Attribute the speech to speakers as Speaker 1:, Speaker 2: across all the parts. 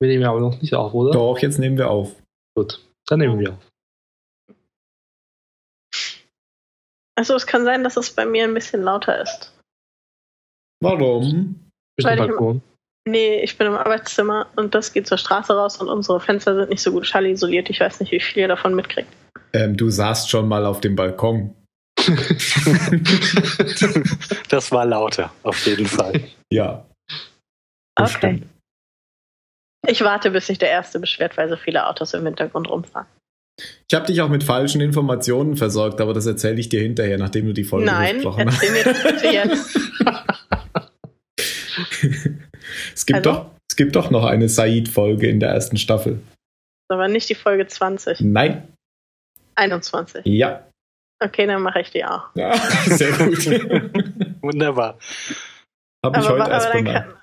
Speaker 1: Wir nehmen ja aber noch nicht auf, oder?
Speaker 2: Doch, jetzt nehmen wir auf.
Speaker 1: Gut, dann nehmen wir auf.
Speaker 3: Also es kann sein, dass es bei mir ein bisschen lauter ist.
Speaker 2: Warum?
Speaker 1: Bist du im
Speaker 3: Weil ich-
Speaker 1: Balkon?
Speaker 3: Nee, ich bin im Arbeitszimmer und das geht zur Straße raus und unsere Fenster sind nicht so gut schallisoliert. Ich weiß nicht, wie viel ihr davon mitkriegt.
Speaker 2: Ähm, du saßt schon mal auf dem Balkon.
Speaker 4: das war lauter, auf jeden Fall.
Speaker 2: Ja.
Speaker 3: Okay.
Speaker 2: Bestimmt.
Speaker 3: Ich warte, bis sich der Erste beschwert, weil so viele Autos im Hintergrund rumfahren.
Speaker 2: Ich habe dich auch mit falschen Informationen versorgt, aber das erzähle ich dir hinterher, nachdem du die Folge
Speaker 3: Nein,
Speaker 2: gesprochen hast.
Speaker 3: erzähl mir das bitte jetzt.
Speaker 2: Es gibt,
Speaker 3: Also?
Speaker 2: doch, es gibt doch noch eine Said-Folge in der ersten Staffel.
Speaker 3: Aber nicht die Folge 20,
Speaker 2: Nein.
Speaker 3: 21.
Speaker 2: Ja.
Speaker 3: Okay, dann mache ich die auch.
Speaker 2: ja sehr gut. habe
Speaker 4: Wunderbar.
Speaker 2: ich heute erst bemerkt.
Speaker 3: kann,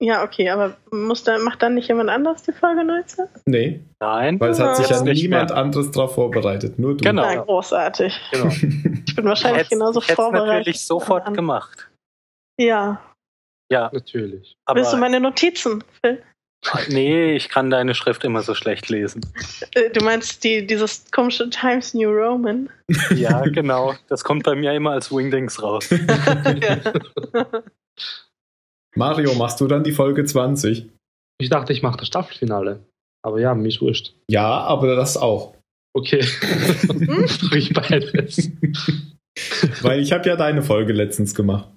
Speaker 3: Ja, okay, aber muss da, macht dann nicht jemand anders die Folge 19?
Speaker 2: Nee,
Speaker 4: Nein.
Speaker 2: weil es hat sich ja
Speaker 4: Jetzt nicht
Speaker 2: niemand anderes drauf vorbereitet. Nur du.
Speaker 4: Genau.
Speaker 3: Na, großartig.
Speaker 4: Genau.
Speaker 3: Ich bin wahrscheinlich
Speaker 4: Hätt's-
Speaker 3: genauso
Speaker 4: hätt's
Speaker 3: vorbereitet.
Speaker 4: natürlich sofort
Speaker 3: an-
Speaker 4: gemacht.
Speaker 3: Ja.
Speaker 4: Ja,
Speaker 1: Natürlich.
Speaker 4: aber
Speaker 3: Willst du meine Notizen, Äh, Phil?
Speaker 4: nee, ich kann deine Schrift immer so schlecht lesen.
Speaker 3: Äh, Du meinst die, dieses komische Times New Roman?
Speaker 4: Ja, genau. Das kommt bei mir immer als Wingdings raus.
Speaker 2: Mario, machst du dann die Folge 20?
Speaker 1: Ich dachte, ich mache das Staffelfinale. Aber ja, mir ist wurscht.
Speaker 2: Ja, aber das auch.
Speaker 1: Okay.
Speaker 3: Hm?
Speaker 1: Mache ich beides.
Speaker 2: Weil ich habe ja deine Folge letztens gemacht.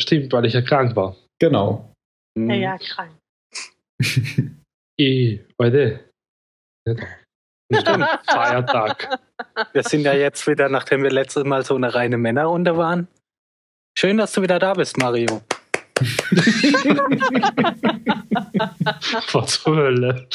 Speaker 1: Stimmt, weil ich ja krank war.
Speaker 2: Genau.
Speaker 4: Mhm.
Speaker 3: ja, ja, krank.
Speaker 1: Eh, Leute. Nicht auf. Nicht auf den Feiertag.
Speaker 4: Wir sind ja jetzt wieder, nachdem wir letztes Mal so eine reine Männerrunde waren. Schön, dass du wieder da bist, Mario.
Speaker 1: Was zur Hölle.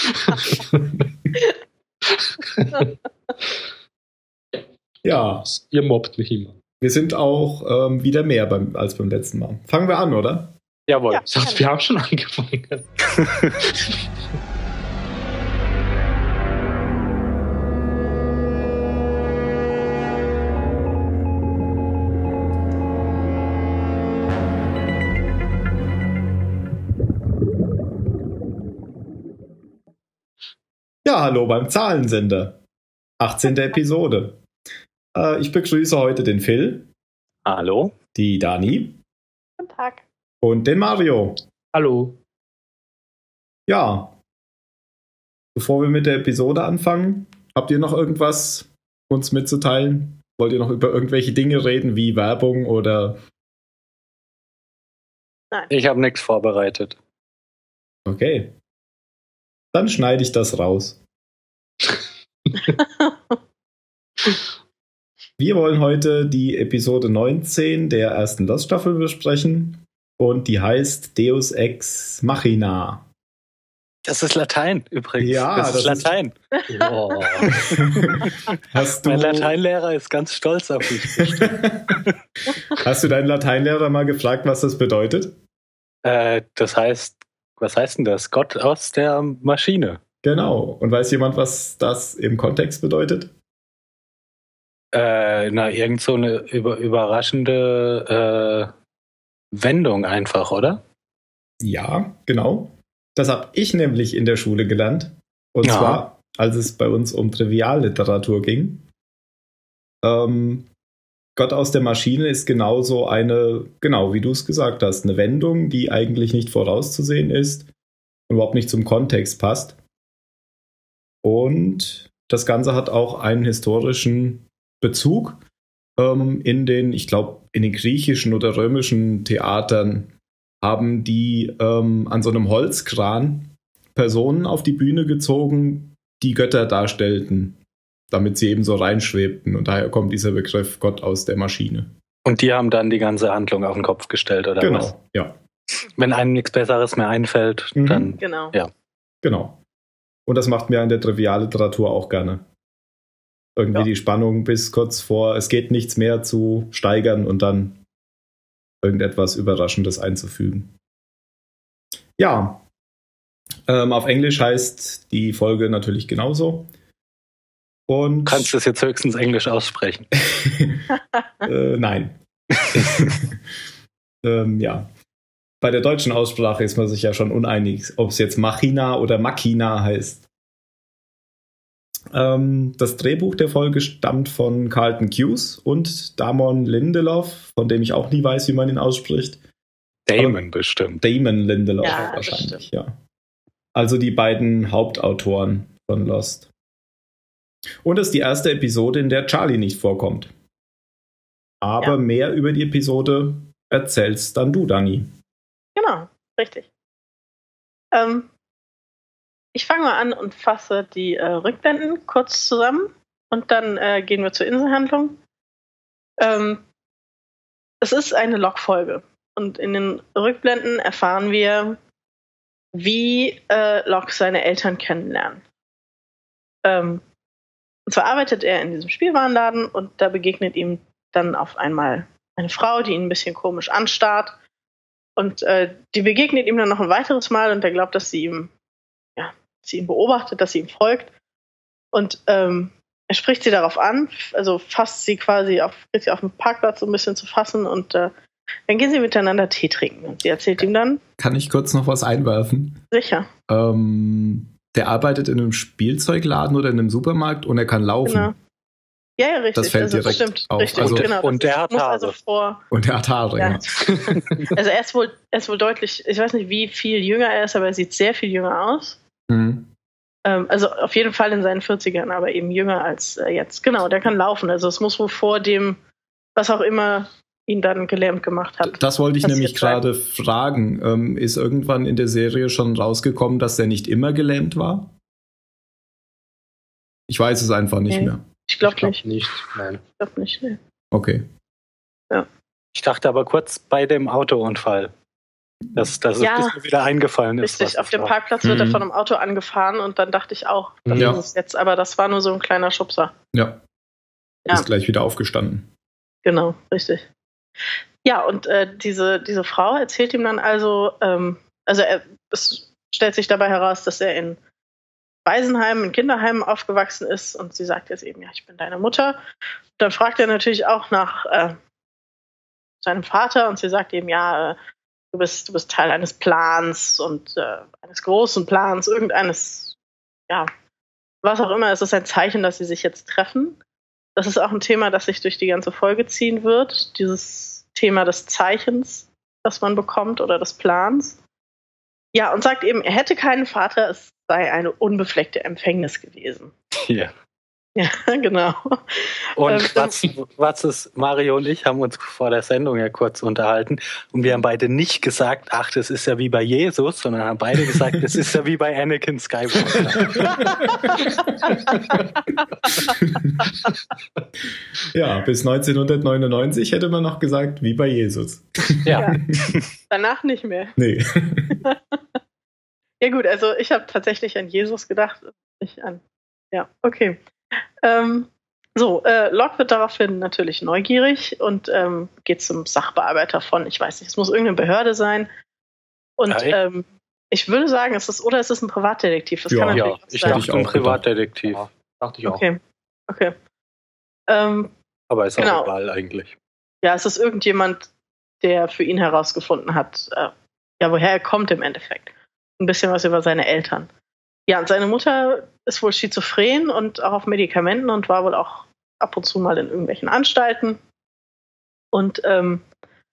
Speaker 2: Ja,
Speaker 1: Ihr mobbt mich immer.
Speaker 2: wir sind auch ähm, wieder mehr beim, als beim letzten Mal. Fangen wir an, oder?
Speaker 4: Jawohl.
Speaker 3: Ja.
Speaker 1: Ich dachte, wir haben schon angefangen.
Speaker 2: Ja, hallo beim Zahlensender. 18. Episode. Äh, ich begrüße heute den Phil,
Speaker 4: Hallo.
Speaker 2: die Dani
Speaker 3: Guten Tag.
Speaker 2: und den Mario.
Speaker 1: Hallo.
Speaker 2: Ja. Bevor wir mit der Episode anfangen, habt ihr noch irgendwas uns mitzuteilen? Wollt ihr noch über irgendwelche Dinge reden, wie Werbung oder.
Speaker 4: Ich habe nichts vorbereitet.
Speaker 2: Okay. Dann schneide ich das raus. Wir wollen heute die Episode 19 der ersten Lost-Staffel besprechen. Und die heißt Deus Ex Machina.
Speaker 4: Das ist Latein übrigens.
Speaker 2: Ja,
Speaker 4: das, ist
Speaker 2: das ist-
Speaker 4: Latein.
Speaker 1: Boah.
Speaker 2: Hast du,
Speaker 4: Mein Lateinlehrer ist ganz stolz auf mich.
Speaker 2: hast du deinen Lateinlehrer mal gefragt, was das bedeutet?
Speaker 4: äh, das heißt, was heißt denn das? Gott aus der Maschine.
Speaker 2: Genau. Und weiß jemand, was das im Kontext bedeutet?
Speaker 4: Äh, na, irgend so eine über, überraschende äh, Wendung einfach, oder?
Speaker 2: Ja, genau. Das habe ich nämlich in der Schule gelernt. Und
Speaker 4: Ja.
Speaker 2: zwar, als es bei uns um Trivialliteratur ging. Ähm, Gott aus der Maschine ist genauso eine, genau wie du es gesagt hast, eine Wendung, die eigentlich nicht vorauszusehen ist und überhaupt nicht zum Kontext passt. Und das Ganze hat auch einen historischen Bezug ähm, in den, ich glaube, in den griechischen oder römischen Theatern haben die ähm, an so einem Holzkran Personen auf die Bühne gezogen, die Götter darstellten, damit sie eben so reinschwebten. Und daher kommt dieser Begriff Gott aus der Maschine.
Speaker 4: Und die haben dann die ganze Handlung auf den Kopf gestellt, oder was?
Speaker 2: Genau, ja,
Speaker 4: Wenn einem nichts Besseres mehr einfällt,
Speaker 2: Mhm.
Speaker 4: dann.
Speaker 3: Genau.
Speaker 4: Ja.
Speaker 2: genau. Und das macht mir in der Trivialliteratur auch gerne. Irgendwie
Speaker 4: Ja.
Speaker 2: die Spannung bis kurz vor, es geht nichts mehr zu steigern und dann irgendetwas Überraschendes einzufügen. Ja, ähm, auf Englisch heißt die Folge natürlich genauso. Und
Speaker 4: Du kannst es jetzt höchstens Englisch aussprechen.
Speaker 2: äh, nein. ähm, ja. bei der deutschen Aussprache ist man sich ja schon uneinig, ob es jetzt Machina oder Machina heißt. Ähm, das Drehbuch der Folge stammt von Carlton Hughes und Damon Lindelof, von dem ich auch nie weiß, wie man ihn ausspricht.
Speaker 4: Damon bestimmt.
Speaker 2: Damon Lindelof
Speaker 3: Ja, das
Speaker 2: wahrscheinlich,
Speaker 3: stimmt.
Speaker 2: ja. Also die beiden Hauptautoren von Lost. Und es ist die erste Episode, in der Charlie nicht vorkommt. Aber
Speaker 3: Ja.
Speaker 2: mehr über die Episode erzählst dann du, Dani.
Speaker 3: Genau, richtig. Ähm, ich fange mal an und fasse die äh, Rückblenden kurz zusammen und dann äh, gehen wir zur Inselhandlung. Ähm, es ist eine Logfolge und in den Rückblenden erfahren wir, wie äh, Locke seine Eltern kennenlernen. Ähm, und zwar arbeitet er in diesem Spielwarenladen und da begegnet ihm dann auf einmal eine Frau, die ihn ein bisschen komisch anstarrt und äh, die begegnet ihm dann noch ein weiteres Mal und er glaubt, dass sie ihm, ja, dass sie ihn beobachtet, dass sie ihm folgt. Und ähm, er spricht sie darauf an, f- also fasst sie quasi auf, kriegt sie auf dem Parkplatz so ein bisschen zu fassen und äh, dann gehen sie miteinander Tee trinken. Und sie erzählt ihm dann,
Speaker 2: Kann ich kurz noch was einwerfen?
Speaker 3: sicher,
Speaker 2: Ähm, der arbeitet in einem Spielzeugladen oder in einem Supermarkt und er kann laufen.
Speaker 3: genau. Ja, ja, richtig.
Speaker 2: Das fällt
Speaker 3: also,
Speaker 2: direkt
Speaker 3: stimmt,
Speaker 2: auf.
Speaker 3: richtig,
Speaker 2: Also-
Speaker 3: genau.
Speaker 4: Und
Speaker 3: Das
Speaker 4: der hat
Speaker 3: muss also
Speaker 4: Haare.
Speaker 3: vor.
Speaker 2: Und er hat Haare.
Speaker 3: Ja.
Speaker 2: ja.
Speaker 3: Also er ist wohl, er ist wohl deutlich, ich weiß nicht, wie viel jünger er ist, aber er sieht sehr viel jünger aus.
Speaker 2: Mhm.
Speaker 3: Ähm, also auf jeden Fall in seinen 40ern, aber eben jünger als äh, jetzt. Genau, der kann laufen. Also es muss wohl vor dem, was auch immer ihn dann gelähmt gemacht hat.
Speaker 2: Das wollte ich
Speaker 3: Passiert
Speaker 2: nämlich gerade fragen. Ähm, ist irgendwann in der Serie schon rausgekommen, dass er nicht immer gelähmt war? Ich weiß es einfach nicht
Speaker 3: Nee.
Speaker 2: mehr.
Speaker 3: Ich glaube
Speaker 1: glaub
Speaker 3: nicht.
Speaker 1: nicht. Nein.
Speaker 3: Ich glaube nicht. Nee.
Speaker 2: Okay.
Speaker 4: Ich dachte aber kurz bei dem Autounfall, dass, dass
Speaker 3: Ja.
Speaker 4: es mir wieder eingefallen ist.
Speaker 3: Richtig,
Speaker 4: was
Speaker 3: auf
Speaker 4: es
Speaker 3: dem
Speaker 4: war.
Speaker 3: Parkplatz wird er
Speaker 2: Mhm.
Speaker 3: von einem Auto angefahren und dann dachte ich auch, das
Speaker 1: Ja.
Speaker 3: ist es jetzt. Aber das war nur so ein kleiner Schubser.
Speaker 2: Ja.
Speaker 3: Ja.
Speaker 2: Ist gleich wieder aufgestanden.
Speaker 3: Genau, richtig. Ja, und äh, diese, diese Frau erzählt ihm dann also, ähm, also er, es stellt sich dabei heraus, dass er in Waisenheimen, in Kinderheimen aufgewachsen ist und sie sagt jetzt eben, ja, ich bin deine Mutter. Dann fragt er natürlich auch nach äh, seinem Vater und sie sagt eben, ja, äh, du, bist, du bist Teil eines Plans und äh, eines großen Plans, irgendeines, ja, was auch immer. Es ist ein Zeichen, dass sie sich jetzt treffen. Das ist auch ein Thema, das sich durch die ganze Folge ziehen wird. Dieses Thema des Zeichens, das man bekommt oder des Plans. Ja, und sagt eben, er hätte keinen Vater, es sei eine unbefleckte Empfängnis gewesen.
Speaker 4: Hier.
Speaker 3: Ja, genau. Ähm,
Speaker 4: Und was, was ist, Mario und ich haben uns vor der Sendung ja kurz unterhalten und wir haben beide nicht gesagt, ach, das ist ja wie bei Jesus, sondern haben beide gesagt, das ist ja wie bei Anakin Skywalker.
Speaker 2: Ja, bis 1999 hätte man noch gesagt, wie bei Jesus.
Speaker 4: Ja.
Speaker 3: Danach nicht mehr.
Speaker 2: Nee.
Speaker 3: Ja gut, also ich habe tatsächlich an Jesus gedacht, nicht an. Ja, okay. Ähm, so, äh, Locke wird daraufhin natürlich neugierig und ähm, geht zum Sachbearbeiter von, ich weiß nicht, es muss irgendeine Behörde sein. Und
Speaker 4: Ei.
Speaker 3: ähm, ich würde sagen, es ist, oder es ist ein Privatdetektiv. Das
Speaker 2: Ja,
Speaker 3: kann natürlich
Speaker 4: ja,
Speaker 3: auch
Speaker 4: ich
Speaker 3: sein.
Speaker 2: ich
Speaker 4: dachte genau. ein
Speaker 2: auch gedacht.
Speaker 4: Privatdetektiv.
Speaker 1: Ja, dachte ich auch.
Speaker 3: Okay. Okay. Ähm,
Speaker 4: Aber ist
Speaker 3: Genau.
Speaker 4: auch egal eigentlich.
Speaker 3: ja, es ist irgendjemand, der für ihn herausgefunden hat, äh, ja, woher er kommt im Endeffekt. Ein bisschen was über seine Eltern. Ja, und seine Mutter ist wohl schizophren und auch auf Medikamenten und war wohl auch ab und zu mal in irgendwelchen Anstalten. Und ähm,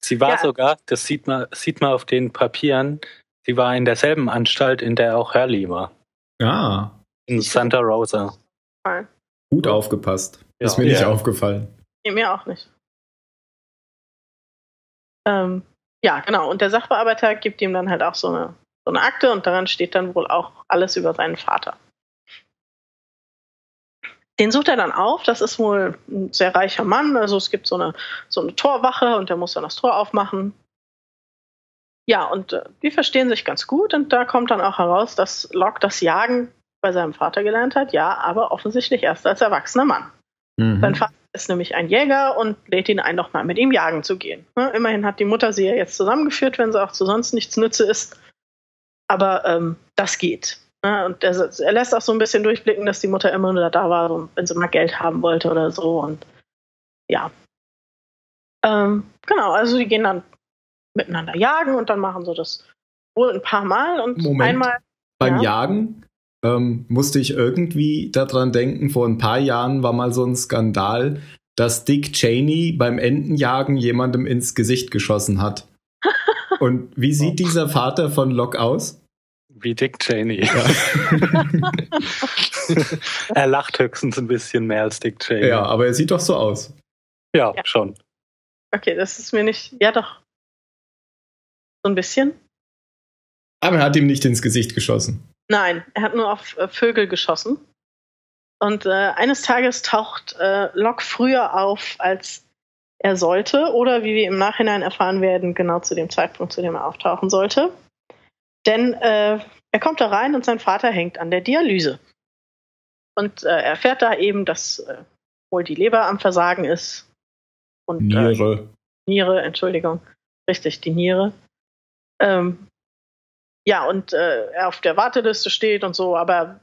Speaker 4: Sie war
Speaker 3: Ja.
Speaker 4: sogar, das sieht man, sieht man auf den Papieren, sie war in derselben Anstalt, in der auch Hurley war.
Speaker 2: Ah,
Speaker 4: In Santa Rosa.
Speaker 2: gut aufgepasst.
Speaker 1: Ja.
Speaker 2: Ist mir nicht
Speaker 4: Ja.
Speaker 2: aufgefallen.
Speaker 3: Nee, mir auch nicht. Ähm, ja, genau. Und der Sachbearbeiter gibt ihm dann halt auch so eine, so eine Akte und daran steht dann wohl auch alles über seinen Vater. Den sucht er dann auf. Das ist wohl ein sehr reicher Mann. Also es gibt so eine, so eine Torwache und der muss dann das Tor aufmachen. Ja, und äh, die verstehen sich ganz gut und da kommt dann auch heraus, dass Locke das Jagen bei seinem Vater gelernt hat. Ja, aber offensichtlich erst als erwachsener Mann. Sein
Speaker 2: Mhm.
Speaker 3: Vater ist nämlich ein Jäger und lädt ihn ein, nochmal mit ihm jagen zu gehen. Ne? Immerhin hat die Mutter sie ja jetzt zusammengeführt, wenn sie auch zu sonst nichts nütze ist. Aber ähm, das geht. Ne? Und er, er lässt auch so ein bisschen durchblicken, dass die Mutter immer nur da war, so, wenn sie mal Geld haben wollte oder so. Und ja. Ähm, genau, also die gehen dann miteinander jagen und dann machen sie das wohl ein paar Mal und
Speaker 2: Moment.
Speaker 3: einmal.
Speaker 2: Beim
Speaker 3: Ja.
Speaker 2: Jagen ähm, musste ich irgendwie daran denken, vor ein paar Jahren war mal so ein Skandal, dass Dick Cheney beim Entenjagen jemandem ins Gesicht geschossen hat. Und wie
Speaker 3: Oh.
Speaker 2: sieht dieser Vater von Locke aus?
Speaker 4: Wie Dick Cheney.
Speaker 2: Ja,
Speaker 4: er lacht höchstens ein bisschen mehr als Dick Cheney.
Speaker 2: ja aber er sieht doch so aus.
Speaker 4: ja,
Speaker 3: Ja.
Speaker 4: schon.
Speaker 3: Okay, das ist mir nicht. Ja, doch. So ein bisschen.
Speaker 2: Aber er hat ihm nicht ins Gesicht geschossen.
Speaker 3: Nein, er hat nur auf äh, Vögel geschossen. Und äh, eines Tages taucht äh, Locke früher auf, als er sollte, oder wie wir im Nachhinein erfahren werden, genau zu dem Zeitpunkt, zu dem er auftauchen sollte. Denn äh, er kommt da rein und sein Vater hängt an der Dialyse. Und äh, er erfährt da eben, dass äh, wohl die Leber am Versagen ist. Und, Äh,
Speaker 2: Niere.
Speaker 3: Niere, Entschuldigung. Richtig, die Niere. Ähm, ja, und äh, er auf der Warteliste steht und so, aber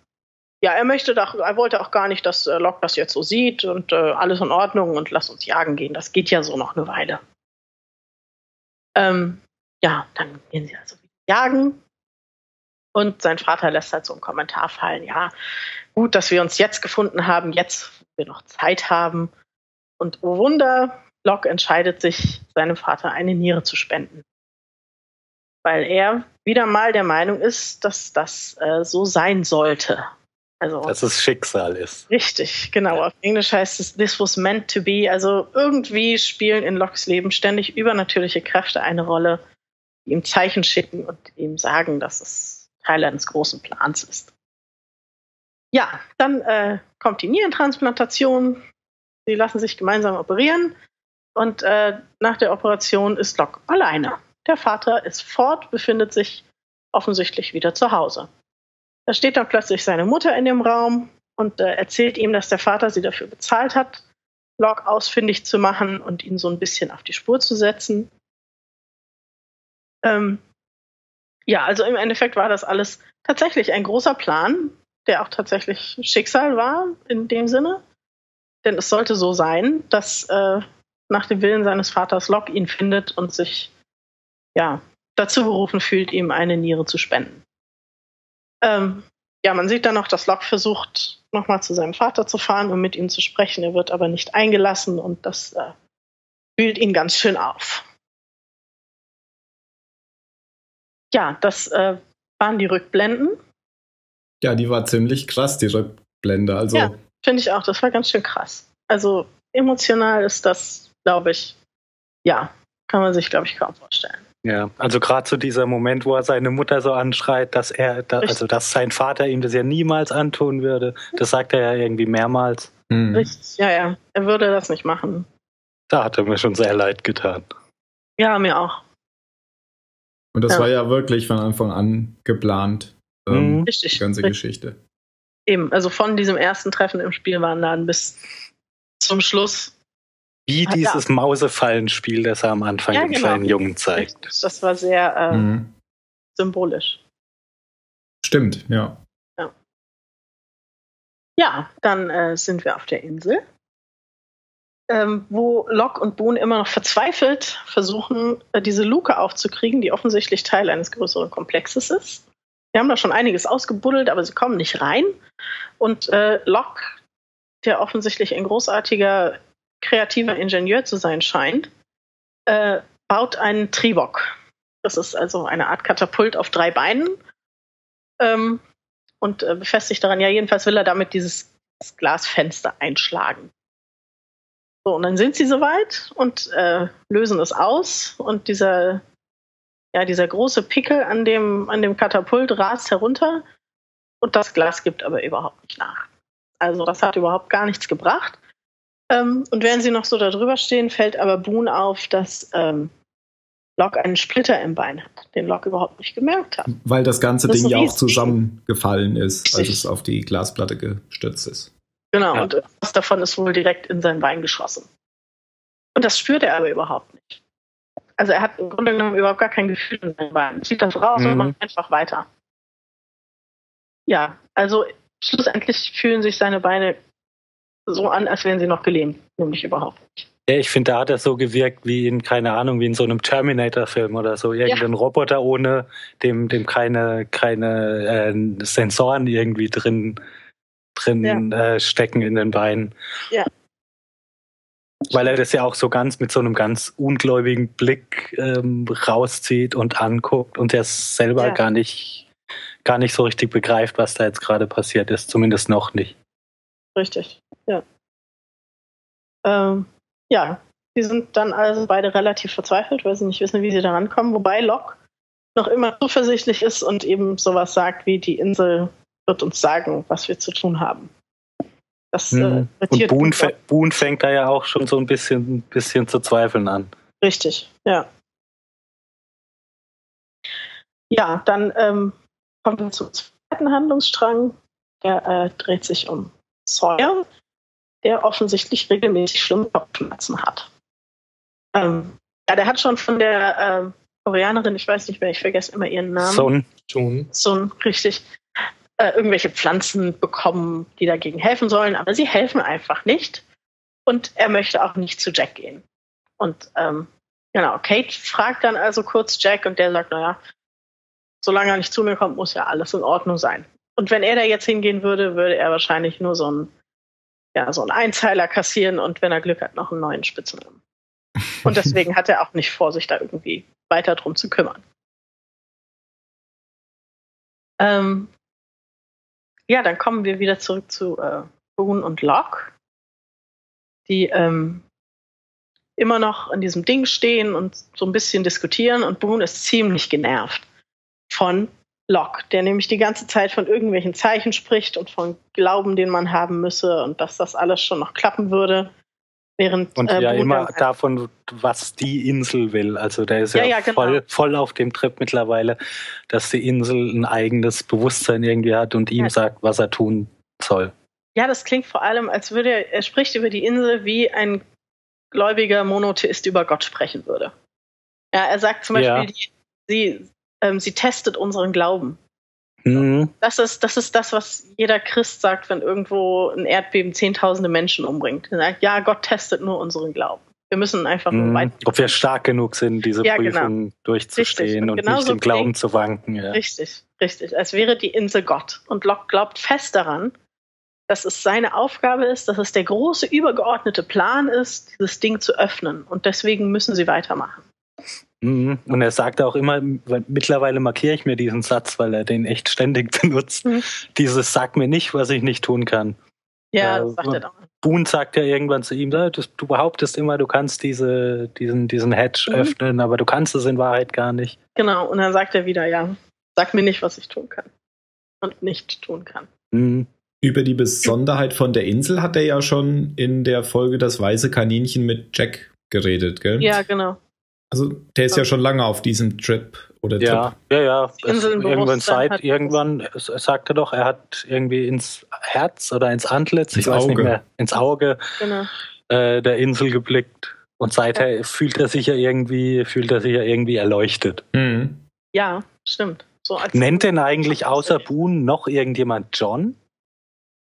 Speaker 3: ja, er möchte doch, er wollte auch gar nicht, dass äh, Locke das jetzt so sieht und äh, alles in Ordnung und lass uns jagen gehen. Das geht ja so noch eine Weile. Ähm, ja, dann gehen sie also jagen. Und sein Vater lässt halt so einen Kommentar fallen. Ja, gut, dass wir uns jetzt gefunden haben, jetzt, wo wir noch Zeit haben. Und oh Wunder, Locke entscheidet sich, seinem Vater eine Niere zu spenden. Weil er wieder mal der Meinung ist, dass das äh, so sein sollte. Also,
Speaker 4: Dass es Schicksal ist.
Speaker 3: Richtig, genau.
Speaker 4: Ja.
Speaker 3: Auf Englisch heißt es This was meant to be. Also irgendwie spielen in Locks Leben ständig übernatürliche Kräfte eine Rolle, die ihm Zeichen schicken und ihm sagen, dass es Teil eines großen Plans ist. Ja, dann äh, kommt die Nierentransplantation. Sie lassen sich gemeinsam operieren. Und äh, nach der Operation ist Locke alleine. Der Vater ist fort, befindet sich offensichtlich wieder zu Hause. Da steht dann plötzlich seine Mutter in dem Raum und äh, erzählt ihm, dass der Vater sie dafür bezahlt hat, Locke ausfindig zu machen und ihn so ein bisschen auf die Spur zu setzen. Ähm, ja, also im Endeffekt war das alles tatsächlich ein großer Plan, der auch tatsächlich Schicksal war in dem Sinne. Denn es sollte so sein, dass äh, nach dem Willen seines Vaters Locke ihn findet und sich ja, dazu berufen fühlt, ihm eine Niere zu spenden. Ähm, ja, man sieht dann noch, dass Locke versucht, nochmal zu seinem Vater zu fahren, um mit ihm zu sprechen. Er wird aber nicht eingelassen und das äh, wühlt ihn ganz schön auf. Ja, das äh, waren die Rückblenden.
Speaker 2: Ja, die war ziemlich krass, die Rückblende. Also,
Speaker 3: Ja. Finde ich auch, das war ganz schön krass. Also emotional ist das, glaube ich, ja, kann man sich, glaube ich, kaum vorstellen.
Speaker 4: Ja, also gerade zu dieser Moment, wo er seine Mutter so anschreit, dass er, da,
Speaker 3: Richtig.
Speaker 4: also dass sein Vater ihm das ja niemals antun würde. Das sagt er ja irgendwie mehrmals.
Speaker 2: hm.
Speaker 3: Richtig, ja, ja, er würde das nicht machen.
Speaker 4: Da hat er mir schon sehr leid getan.
Speaker 3: Ja, mir auch.
Speaker 2: und das
Speaker 3: Ja.
Speaker 2: war ja wirklich von Anfang an geplant. Ähm,
Speaker 4: Mhm.
Speaker 3: Richtig.
Speaker 2: Die ganze Geschichte.
Speaker 3: Eben, also von diesem ersten Treffen im Spielwarenladen bis zum Schluss.
Speaker 4: Wie
Speaker 3: Ah, ja.
Speaker 4: dieses Mausefallenspiel, das er am Anfang
Speaker 3: Ja,
Speaker 4: dem
Speaker 3: genau.
Speaker 4: kleinen Jungen zeigt.
Speaker 3: Das war sehr äh,
Speaker 2: Mhm.
Speaker 3: symbolisch.
Speaker 2: Stimmt, ja.
Speaker 3: Ja, dann äh, sind wir auf der Insel, ähm, wo Locke und Boone immer noch verzweifelt versuchen, äh, diese Luke aufzukriegen, die offensichtlich Teil eines größeren Komplexes ist. Wir haben da schon einiges ausgebuddelt, aber sie kommen nicht rein. Und äh, Locke, der offensichtlich ein großartiger kreativer Ingenieur zu sein scheint, äh, baut einen Tribock. Das ist also eine Art Katapult auf drei Beinen. Ähm, und äh, befestigt daran, ja, jedenfalls will er damit dieses das Glasfenster einschlagen. So, und dann sind sie soweit und äh, lösen es aus und dieser, ja, dieser große Pickel an dem, an dem Katapult rast herunter und das Glas gibt aber überhaupt nicht nach. Also das hat überhaupt gar nichts gebracht. Ähm, und während sie noch so da drüber stehen, fällt aber Boone auf, dass ähm, Locke einen Splitter im Bein hat, den Locke überhaupt nicht gemerkt hat.
Speaker 2: Weil das ganze
Speaker 3: Das ist
Speaker 2: Ding ja auch
Speaker 3: riesig.
Speaker 2: zusammengefallen ist, als
Speaker 3: Richtig.
Speaker 2: es auf die Glasplatte gestürzt ist.
Speaker 3: Genau,
Speaker 4: Ja.
Speaker 3: und was davon ist wohl direkt in sein Bein geschossen. Und das spürt er aber überhaupt nicht. Also er hat im Grunde genommen überhaupt gar kein Gefühl in seinem Bein. Zieht das raus und
Speaker 4: Mhm.
Speaker 3: macht einfach weiter. Ja, also schlussendlich fühlen sich seine Beine so an, als wären sie noch gelähmt, nämlich überhaupt.
Speaker 4: Ja, ich finde, da hat er so gewirkt wie in, keine Ahnung, wie in so einem Terminator-Film oder so. Irgendein Roboter ohne, dem, dem keine, keine äh, Sensoren irgendwie drin, drin äh, stecken in den Beinen.
Speaker 3: Ja.
Speaker 4: Weil er das ja auch so ganz mit so einem ganz ungläubigen Blick ähm, rauszieht und anguckt und der selber
Speaker 3: Ja.
Speaker 4: gar nicht, gar nicht so richtig begreift, was da jetzt gerade passiert ist. Zumindest noch nicht.
Speaker 3: Richtig, ja. Ähm, ja, die sind dann also beide relativ verzweifelt, weil sie nicht wissen, wie sie da rankommen. Wobei Locke noch immer zuversichtlich ist und eben sowas sagt wie, die Insel wird uns sagen, was wir zu tun haben. Das äh,
Speaker 4: Mhm. Und
Speaker 3: irritiert
Speaker 4: Boone,
Speaker 3: mich
Speaker 4: fä- Boone fängt da ja auch schon so ein bisschen, bisschen zu zweifeln an.
Speaker 3: auch. Richtig, ja. Ja, dann ähm, kommen wir zum zweiten Handlungsstrang. Der äh, dreht sich um Sawyer, der offensichtlich regelmäßig schlimme Kopfschmerzen hat. Ähm, ja, der hat schon von der ähm, Koreanerin, ich weiß nicht mehr, ich vergesse immer ihren Namen, so,
Speaker 4: Son,
Speaker 1: Schon.
Speaker 3: ein richtig äh, irgendwelche Pflanzen bekommen, die dagegen helfen sollen, aber sie helfen einfach nicht. Und er möchte auch nicht zu Jack gehen. Und ähm, genau, Kate fragt dann also kurz Jack und der sagt, naja, solange er nicht zu mir kommt, muss ja alles in Ordnung sein. Und wenn er da jetzt hingehen würde, würde er wahrscheinlich nur so einen, ja, so einen Einzeiler kassieren und wenn er Glück hat, noch einen neuen Spitznamen. Und deswegen hat er auch nicht vor, sich da irgendwie weiter drum zu kümmern. Ähm, ja, dann kommen wir wieder zurück zu äh, Boone und Locke, die ähm, immer noch an diesem Ding stehen und so ein bisschen diskutieren. Und Boone ist ziemlich genervt von Locke, der nämlich die ganze Zeit von irgendwelchen Zeichen spricht und von Glauben, den man haben müsse und dass das alles schon noch klappen würde. Während
Speaker 4: und
Speaker 3: äh,
Speaker 4: ja
Speaker 3: Boone
Speaker 4: immer
Speaker 3: dann-
Speaker 4: davon, was die Insel will. Also der ist ja,
Speaker 3: Ja, ja, genau.
Speaker 4: voll, voll auf dem Trip mittlerweile, dass die Insel ein eigenes Bewusstsein irgendwie hat und ihm
Speaker 3: Ja.
Speaker 4: sagt, was er tun soll.
Speaker 3: Ja, das klingt vor allem, als würde er, er spricht über die Insel, wie ein gläubiger Monotheist über Gott sprechen würde. Ja, er sagt zum
Speaker 4: Ja.
Speaker 3: Beispiel, die, sie, ähm, sie testet unseren Glauben.
Speaker 4: Mhm.
Speaker 3: Das ist, das ist das, was jeder Christ sagt, wenn irgendwo ein Erdbeben zehntausende Menschen umbringt. Er sagt, ja, Gott testet nur unseren Glauben. Wir müssen einfach nur
Speaker 4: Mhm.
Speaker 3: weiter.
Speaker 4: Ob wir stark genug sind, diese
Speaker 3: Also Ja, genau.
Speaker 4: Prüfung durchzustehen
Speaker 3: Richtig. Und
Speaker 4: und,
Speaker 3: genau
Speaker 4: nicht
Speaker 3: so
Speaker 4: im Glauben
Speaker 3: klingt-
Speaker 4: zu wanken. Ja.
Speaker 3: Richtig, richtig. Als wäre die Insel Gott. Und Locke glaubt fest daran, dass es seine Aufgabe ist, dass es der große übergeordnete Plan ist, dieses Ding zu öffnen. Und deswegen müssen sie weitermachen.
Speaker 4: Mhm. Und er sagt auch immer, weil mittlerweile markiere ich mir diesen Satz, weil er den echt ständig benutzt.
Speaker 3: Mhm.
Speaker 4: Dieses sag mir nicht, was ich nicht tun kann.
Speaker 3: Ja,
Speaker 4: Ja,
Speaker 3: das sagt er doch.
Speaker 4: Boone sagt ja irgendwann zu ihm, "Ja, das- du behauptest immer, du kannst diese, diesen, diesen Hedge
Speaker 3: Mhm.
Speaker 4: öffnen, aber du kannst es in Wahrheit gar nicht.
Speaker 3: Genau. Und dann sagt er wieder, ja, sag mir nicht, was ich tun kann. Und nicht tun kann.
Speaker 4: Mhm.
Speaker 2: Über die Besonderheit von der Insel hat er ja schon in der Folge das weiße Kaninchen mit Jack geredet, gell?
Speaker 3: Ja, genau.
Speaker 2: Also der ist ja schon lange auf diesem Trip oder
Speaker 4: Ja,
Speaker 2: Trip.
Speaker 4: ja, ja.
Speaker 3: Die Insel im
Speaker 4: irgendwann
Speaker 3: Bewusstsein
Speaker 4: seit,
Speaker 3: hat-
Speaker 4: irgendwann es- es sagt er doch, er hat irgendwie ins Herz oder ins Antlitz,
Speaker 2: Ins
Speaker 4: ich weiß nicht
Speaker 2: Auge.
Speaker 4: mehr, ins Auge
Speaker 3: genau.
Speaker 4: äh, der Insel geblickt. Und seither fühlt er sich ja irgendwie, fühlt er sich ja irgendwie erleuchtet.
Speaker 2: Mhm.
Speaker 3: Ja, stimmt. So als
Speaker 4: Nennt denn eigentlich außer Boone noch irgendjemand John?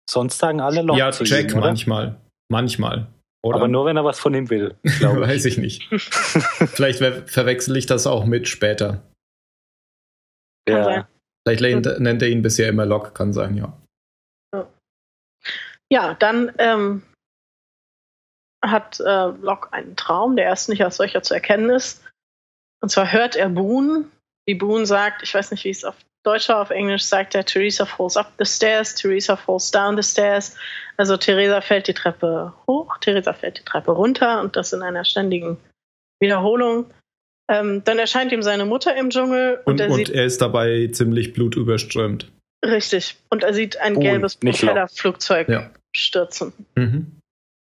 Speaker 4: Sonst sagen alle Locke
Speaker 2: Ja,
Speaker 4: zu
Speaker 2: Jack
Speaker 4: ihm, oder?
Speaker 2: manchmal. Manchmal. Oder?
Speaker 4: Aber nur, wenn er was von ihm will, glaube ich.
Speaker 2: Weiß ich nicht. Vielleicht wer- verwechsel ich das auch mit später.
Speaker 3: Kann sein.
Speaker 2: Vielleicht nennt, nennt er ihn bisher immer Lock, kann sein, ja.
Speaker 3: Ja, dann ähm, hat äh, Locke einen Traum, der erst nicht als solcher zu erkennen ist. Und zwar hört er Boone, wie Boone sagt, ich weiß nicht, wie es auf Deutsch oder auf Englisch sagt, er, Theresa falls up the stairs, Theresa falls down the stairs. Also Theresa fällt die Treppe hoch, Theresa fällt die Treppe runter und das in einer ständigen Wiederholung. Ähm, dann erscheint ihm seine Mutter im Dschungel und,
Speaker 2: Und,
Speaker 3: er
Speaker 2: und
Speaker 3: sieht
Speaker 2: er ist dabei ziemlich blutüberströmt.
Speaker 3: richtig und er sieht ein
Speaker 4: Boone,
Speaker 3: gelbes
Speaker 4: nicht Locke.
Speaker 3: Propellerflugzeug
Speaker 2: Ja.
Speaker 3: stürzen.
Speaker 2: Mhm.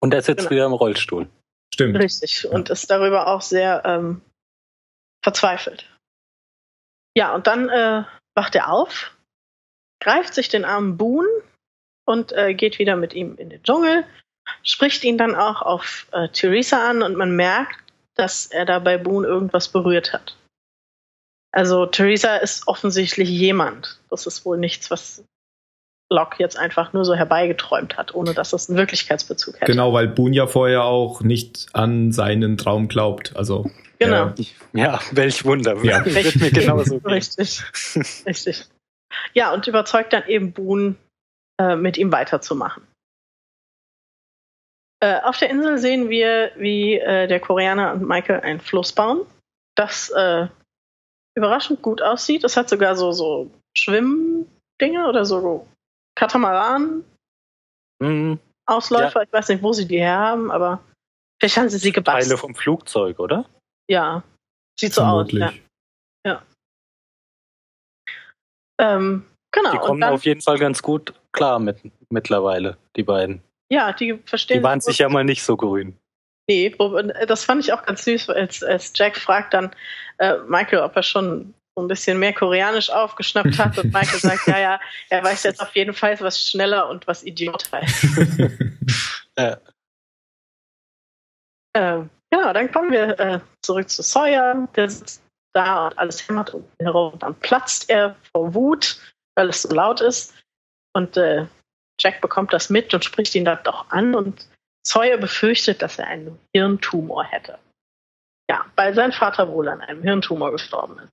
Speaker 4: Und er sitzt
Speaker 3: Genau.
Speaker 4: wieder im Rollstuhl.
Speaker 2: Stimmt.
Speaker 3: Richtig. Und ist darüber auch sehr ähm, verzweifelt. Ja, und dann äh, wacht er auf, greift sich den armen Boon und äh, geht wieder mit ihm in den Dschungel, spricht ihn dann auch auf äh, Theresa an und man merkt, dass er da bei Boon irgendwas berührt hat. Also Theresa ist offensichtlich jemand. Das ist wohl nichts, was Locke jetzt einfach nur so herbeigeträumt hat, ohne dass das einen Wirklichkeitsbezug hätte.
Speaker 2: Genau, weil Boon ja vorher auch nicht an seinen Traum glaubt. Also
Speaker 3: Genau.
Speaker 4: Ja, welch Wunder.
Speaker 2: Ja.
Speaker 4: Wird mir genauso gehen.
Speaker 3: Richtig. Richtig. Ja, und überzeugt dann eben Boone, äh, mit ihm weiterzumachen. Äh, auf der Insel sehen wir, wie äh, der Koreaner und Michael ein Floß bauen, das äh, überraschend gut aussieht. Es hat sogar so, so Schwimmdinge oder so Katamaran-Ausläufer.
Speaker 4: Hm,
Speaker 3: Ich weiß nicht, wo sie die her haben, aber vielleicht haben sie sie
Speaker 4: Teile
Speaker 3: gebastelt.
Speaker 4: vom Flugzeug, oder?
Speaker 3: Ja, sieht so aus.
Speaker 2: vermutlich.
Speaker 3: Ja. Ähm, genau.
Speaker 4: Die
Speaker 3: und
Speaker 4: kommen
Speaker 3: dann,
Speaker 4: auf jeden Fall ganz gut klar mit, mittlerweile, die beiden.
Speaker 3: ja, die verstehen
Speaker 4: Die waren
Speaker 3: sich
Speaker 4: sich ja mal nicht so grün.
Speaker 3: Nee, wo- und, äh, das fand ich auch ganz süß, als, als Jack fragt dann äh, Michael, ob er schon so ein bisschen mehr Koreanisch aufgeschnappt hat. Und Michael sagt, ja, ja, er weiß jetzt auf jeden Fall, was schneller und was Idiot heißt. Äh, genau, dann kommen wir äh, zurück zu Sawyer. Der sitzt da und alles hämmert um ihn herum. Und dann platzt er vor Wut, weil es so laut ist. Und äh, Jack bekommt das mit und spricht ihn dann doch an. Und Sawyer befürchtet, dass er einen Hirntumor hätte. Ja, weil sein Vater wohl an einem Hirntumor gestorben ist.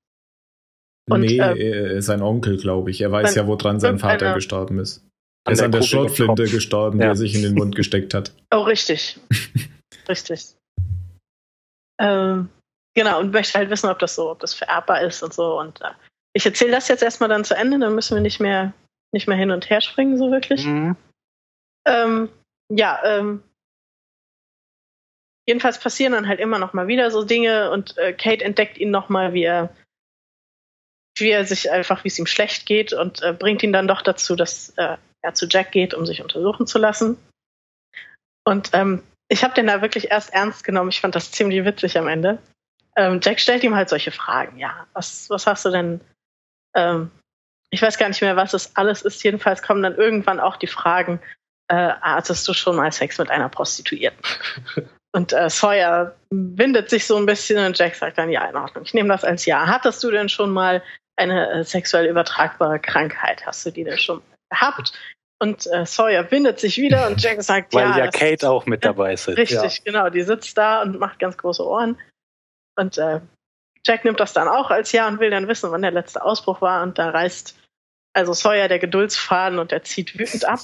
Speaker 3: Und,
Speaker 2: nee,
Speaker 3: ähm,
Speaker 2: äh, sein Onkel, glaube ich. Er weiß
Speaker 3: sein-
Speaker 2: ja, woran sein Vater
Speaker 3: irgendeiner-
Speaker 2: gestorben ist. Er
Speaker 4: An
Speaker 2: ist
Speaker 4: der
Speaker 2: an der
Speaker 4: Kugel im
Speaker 2: Schrotflinte
Speaker 4: Kopf.
Speaker 2: gestorben, die
Speaker 4: Ja.
Speaker 2: er sich in den Mund gesteckt hat.
Speaker 3: Oh, richtig. richtig. Ähm, genau, und möchte halt wissen, ob das so, ob das vererbbar ist und so. Und äh, ich erzähle das jetzt erstmal dann zu Ende, dann müssen wir nicht mehr, nicht mehr hin und her springen, so wirklich.
Speaker 4: Mhm.
Speaker 3: Ähm, ja, ähm, jedenfalls passieren dann halt immer noch mal wieder so Dinge und äh, Kate entdeckt ihn noch mal, wie er, wie er sich einfach, wie es ihm schlecht geht und äh, bringt ihn dann doch dazu, dass äh, er zu Jack geht, um sich untersuchen zu lassen. Und ähm, ich habe den da wirklich erst ernst genommen. Ich fand das ziemlich witzig am Ende. Ähm, Jack stellt ihm halt solche Fragen. Ja, was, was hast du denn? Ähm, ich weiß gar nicht mehr, was es alles ist. Jedenfalls kommen dann irgendwann auch die Fragen, äh, hattest du schon mal Sex mit einer Prostituierten? und äh, Sawyer windet sich so ein bisschen und Jack sagt dann, ja, in Ordnung, ich nehme das als Ja. Hattest du denn schon mal eine äh, sexuell übertragbare Krankheit? Hast du die denn schon gehabt? Und äh, Sawyer windet sich wieder und Jack sagt,
Speaker 4: Weil
Speaker 3: ja.
Speaker 4: ja,
Speaker 3: das-
Speaker 4: Kate auch mit dabei ist.
Speaker 3: Richtig, genau. Die sitzt da und macht ganz große Ohren. Und äh, Jack nimmt das dann auch als Ja und will dann wissen, wann der letzte Ausbruch war. Und da reißt also Sawyer der Geduldsfaden und er zieht wütend ab.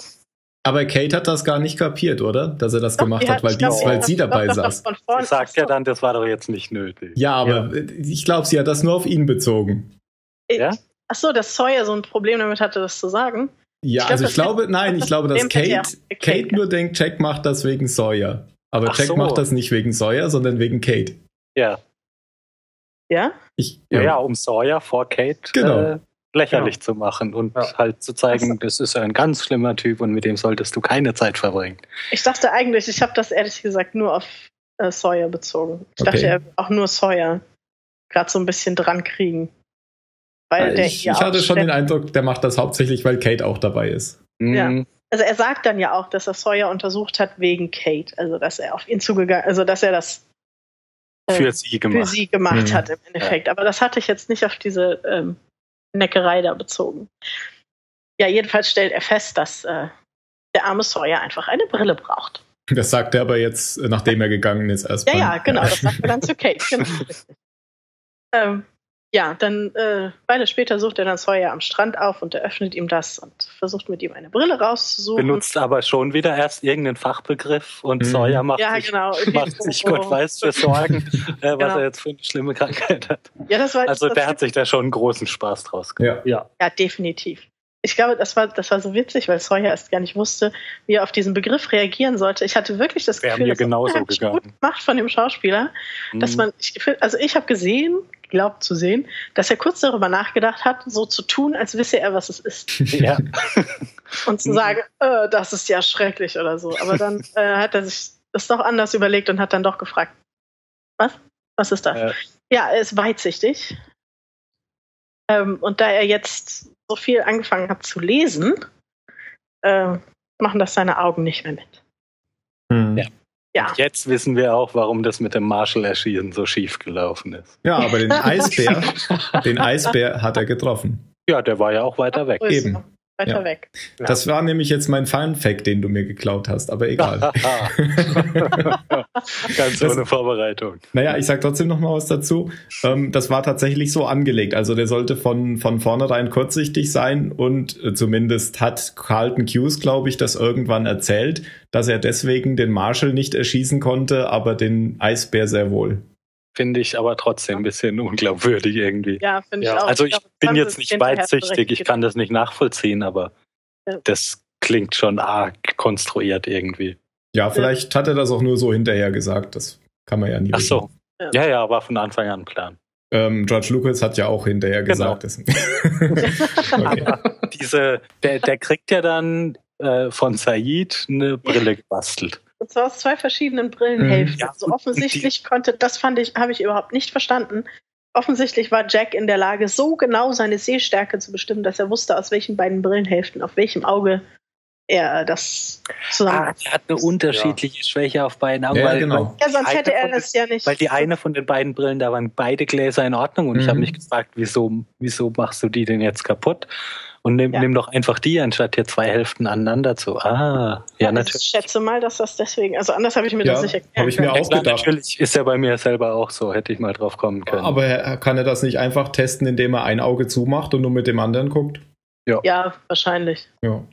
Speaker 2: Aber Kate hat das gar nicht kapiert, oder? Dass er das gemacht
Speaker 3: die
Speaker 2: hat, weil,
Speaker 3: ich glaub,
Speaker 2: dies, weil
Speaker 3: hat
Speaker 2: sie
Speaker 3: das
Speaker 2: dabei
Speaker 3: doch noch
Speaker 2: saß.
Speaker 3: Von
Speaker 4: Ja.
Speaker 3: vorne
Speaker 4: Sie sagt ja dann, das war doch jetzt nicht nötig.
Speaker 2: Ja, aber äh, ich glaube, sie hat das nur auf ihn bezogen.
Speaker 4: Ja?
Speaker 3: Ach so, dass Sawyer so ein Problem damit hatte, das zu sagen.
Speaker 2: Ja,
Speaker 3: Ich glaub,
Speaker 2: also
Speaker 3: das
Speaker 2: ich glaube, nein, ich
Speaker 3: das
Speaker 2: glaube, dass
Speaker 3: Problem hat
Speaker 2: Kate,
Speaker 3: ja auch Kate.
Speaker 2: Kate nur denkt, Jack macht das wegen Sawyer. Aber
Speaker 4: Ach
Speaker 2: Jack
Speaker 4: so.
Speaker 2: macht das nicht wegen Sawyer, sondern wegen Kate.
Speaker 4: Ja.
Speaker 3: Ja?
Speaker 2: Ich,
Speaker 4: Ja, ja, um Sawyer vor Kate
Speaker 2: Genau.
Speaker 4: äh, lächerlich
Speaker 1: Ja.
Speaker 4: zu machen und
Speaker 1: Ja.
Speaker 4: halt zu zeigen, das ist ein ganz schlimmer Typ und mit dem solltest du keine Zeit verbringen.
Speaker 3: Ich dachte eigentlich, ich habe das ehrlich gesagt nur auf äh, Sawyer bezogen. Ich
Speaker 2: Okay.
Speaker 3: dachte, er will auch nur Sawyer gerade so ein bisschen dran kriegen. Weil
Speaker 2: Ja,
Speaker 3: der
Speaker 2: ich,
Speaker 3: ihr
Speaker 2: ich
Speaker 3: auch
Speaker 2: hatte schon
Speaker 3: ständig-
Speaker 2: den Eindruck, der macht das hauptsächlich, weil Kate auch dabei ist.
Speaker 3: Ja.
Speaker 4: Mhm.
Speaker 3: Also er sagt dann ja auch, dass er Sawyer untersucht hat wegen Kate, also dass er auf ihn zugegangen, also dass er das äh,
Speaker 4: Für sie
Speaker 3: für
Speaker 4: gemacht.
Speaker 3: sie gemacht
Speaker 2: Mhm.
Speaker 3: hat im Endeffekt. Aber das hatte ich jetzt nicht auf diese ähm, Neckerei da bezogen. Ja, jedenfalls stellt er fest, dass äh, der arme Sawyer einfach eine Brille braucht.
Speaker 2: Das sagt er aber jetzt, äh, nachdem er gegangen ist,
Speaker 3: Ja,
Speaker 2: erstmal.
Speaker 3: ja,
Speaker 4: Mhm.
Speaker 3: genau. Das sagt er dann zu Kate. Genau. ähm, ja, dann äh, Weile später sucht er dann Sawyer am Strand auf und eröffnet ihm das und versucht mit ihm eine Brille rauszusuchen.
Speaker 4: Benutzt aber schon wieder erst irgendeinen Fachbegriff und
Speaker 2: Mhm.
Speaker 4: Sawyer macht
Speaker 3: ja,
Speaker 4: sich,
Speaker 3: genau.
Speaker 4: macht sich Gott weiß für Sorgen, äh, was
Speaker 3: Genau.
Speaker 4: er jetzt für eine schlimme Krankheit hat.
Speaker 3: Ja, das war,
Speaker 4: Also
Speaker 3: das
Speaker 4: der hat sich da schon einen großen Spaß draus gemacht.
Speaker 2: Ja.
Speaker 1: Ja.
Speaker 3: Ja, definitiv. Ich glaube, das war, das war so witzig, weil Sawyer erst gar nicht wusste, wie er auf diesen Begriff reagieren sollte. Ich hatte wirklich das
Speaker 4: Wäre
Speaker 3: Gefühl,
Speaker 4: mir
Speaker 3: das ist
Speaker 4: genauso
Speaker 3: unheimlich
Speaker 4: gegangen.
Speaker 3: gut gemacht von dem Schauspieler, dass
Speaker 4: Mhm.
Speaker 3: man, ich, gefühl- also ich habe gesehen, glaubt zu sehen, dass er kurz darüber nachgedacht hat, so zu tun, als wisse er, was es ist.
Speaker 4: Mhm. ja.
Speaker 3: Und zu
Speaker 4: Mhm.
Speaker 3: sagen, äh, das ist ja schrecklich oder so. Aber dann äh, hat er sich das doch anders überlegt und hat dann doch gefragt, was? Was ist das?
Speaker 4: Ja.
Speaker 3: Ja, er ist weitsichtig. Ähm, und da er jetzt so viel angefangen hat zu lesen, äh, machen das seine Augen nicht mehr mit.
Speaker 2: Hm.
Speaker 4: Ja.
Speaker 3: Ja,
Speaker 4: Jetzt wissen wir auch, warum das mit dem Marshall-Erschießen so schief gelaufen ist.
Speaker 2: ja, aber den Eisbär, den Eisbär hat er getroffen.
Speaker 4: Ja, der war ja auch weiter weg.
Speaker 3: größer.
Speaker 2: eben.
Speaker 3: weiter
Speaker 2: Ja.
Speaker 3: weg.
Speaker 4: Ja.
Speaker 2: Das war nämlich jetzt mein Fun Fact, den du mir geklaut hast, aber egal.
Speaker 4: Ganz
Speaker 2: Das-
Speaker 4: ohne Vorbereitung.
Speaker 2: naja, ich sag trotzdem noch mal was dazu. Ähm, das war tatsächlich so angelegt. Also der sollte von, von vornherein kurzsichtig sein und äh, zumindest hat Carlton Hughes, glaube ich, das irgendwann erzählt, dass er deswegen den Marshall nicht erschießen konnte, aber den Eisbär sehr wohl.
Speaker 4: Finde ich aber trotzdem ein bisschen unglaubwürdig irgendwie.
Speaker 3: Ja, finde
Speaker 4: Ja,
Speaker 3: ich auch.
Speaker 4: also ich
Speaker 3: glaube,
Speaker 4: bin
Speaker 3: das
Speaker 4: jetzt
Speaker 3: ist
Speaker 4: nicht
Speaker 3: hinterher
Speaker 4: weitsichtig, ich
Speaker 3: berechtigt.
Speaker 4: kann das nicht nachvollziehen, aber
Speaker 3: Ja.
Speaker 4: das klingt schon arg konstruiert irgendwie.
Speaker 2: Ja, vielleicht hat er das auch nur so hinterher gesagt. Das kann man ja nie
Speaker 4: Ach
Speaker 2: wissen.
Speaker 4: so.
Speaker 3: Ja.
Speaker 4: Ja, ja, war von Anfang an ein Plan.
Speaker 2: Ähm, George Lucas hat ja auch hinterher
Speaker 4: Genau.
Speaker 2: gesagt. deswegen. okay.
Speaker 4: Diese, der, der kriegt ja dann äh, von Said eine Brille gebastelt.
Speaker 3: Und zwar aus zwei verschiedenen
Speaker 2: Mhm.
Speaker 3: Brillenhälften.
Speaker 4: Ja,
Speaker 3: also
Speaker 4: und-
Speaker 3: offensichtlich konnte, das fand ich, habe ich überhaupt nicht verstanden. Offensichtlich war Jack in der Lage, so genau seine Sehstärke zu bestimmen, dass er wusste, aus welchen beiden Brillenhälften, auf welchem Auge er äh, das zusammen.
Speaker 4: Ah, er hat eine unterschiedliche Schwäche auf beiden Augen.
Speaker 2: Ja,
Speaker 4: weil-
Speaker 2: genau.
Speaker 3: ja, sonst
Speaker 4: eine
Speaker 3: hätte er
Speaker 4: von
Speaker 3: das ja nicht.
Speaker 4: Weil die eine von den beiden Brillen, da waren beide Gläser in Ordnung und ich
Speaker 2: Mhm.
Speaker 4: habe mich gefragt, wieso, wieso machst du die denn jetzt kaputt? Und nimm,
Speaker 3: Ja.
Speaker 4: nimm doch einfach die, anstatt hier zwei Hälften aneinander zu. Ah, ja, natürlich.
Speaker 3: Ich schätze mal, dass das deswegen. Also anders habe ich mir
Speaker 2: Ja,
Speaker 3: das nicht erklärt.
Speaker 2: habe ich mir auch
Speaker 4: Ja, klar,
Speaker 2: gedacht.
Speaker 4: natürlich ist ja bei mir selber auch so, hätte ich mal drauf kommen können.
Speaker 2: Aber er- kann er das nicht einfach testen, indem er ein Auge zumacht und nur mit dem anderen guckt?
Speaker 3: Ja, wahrscheinlich.
Speaker 2: Ja.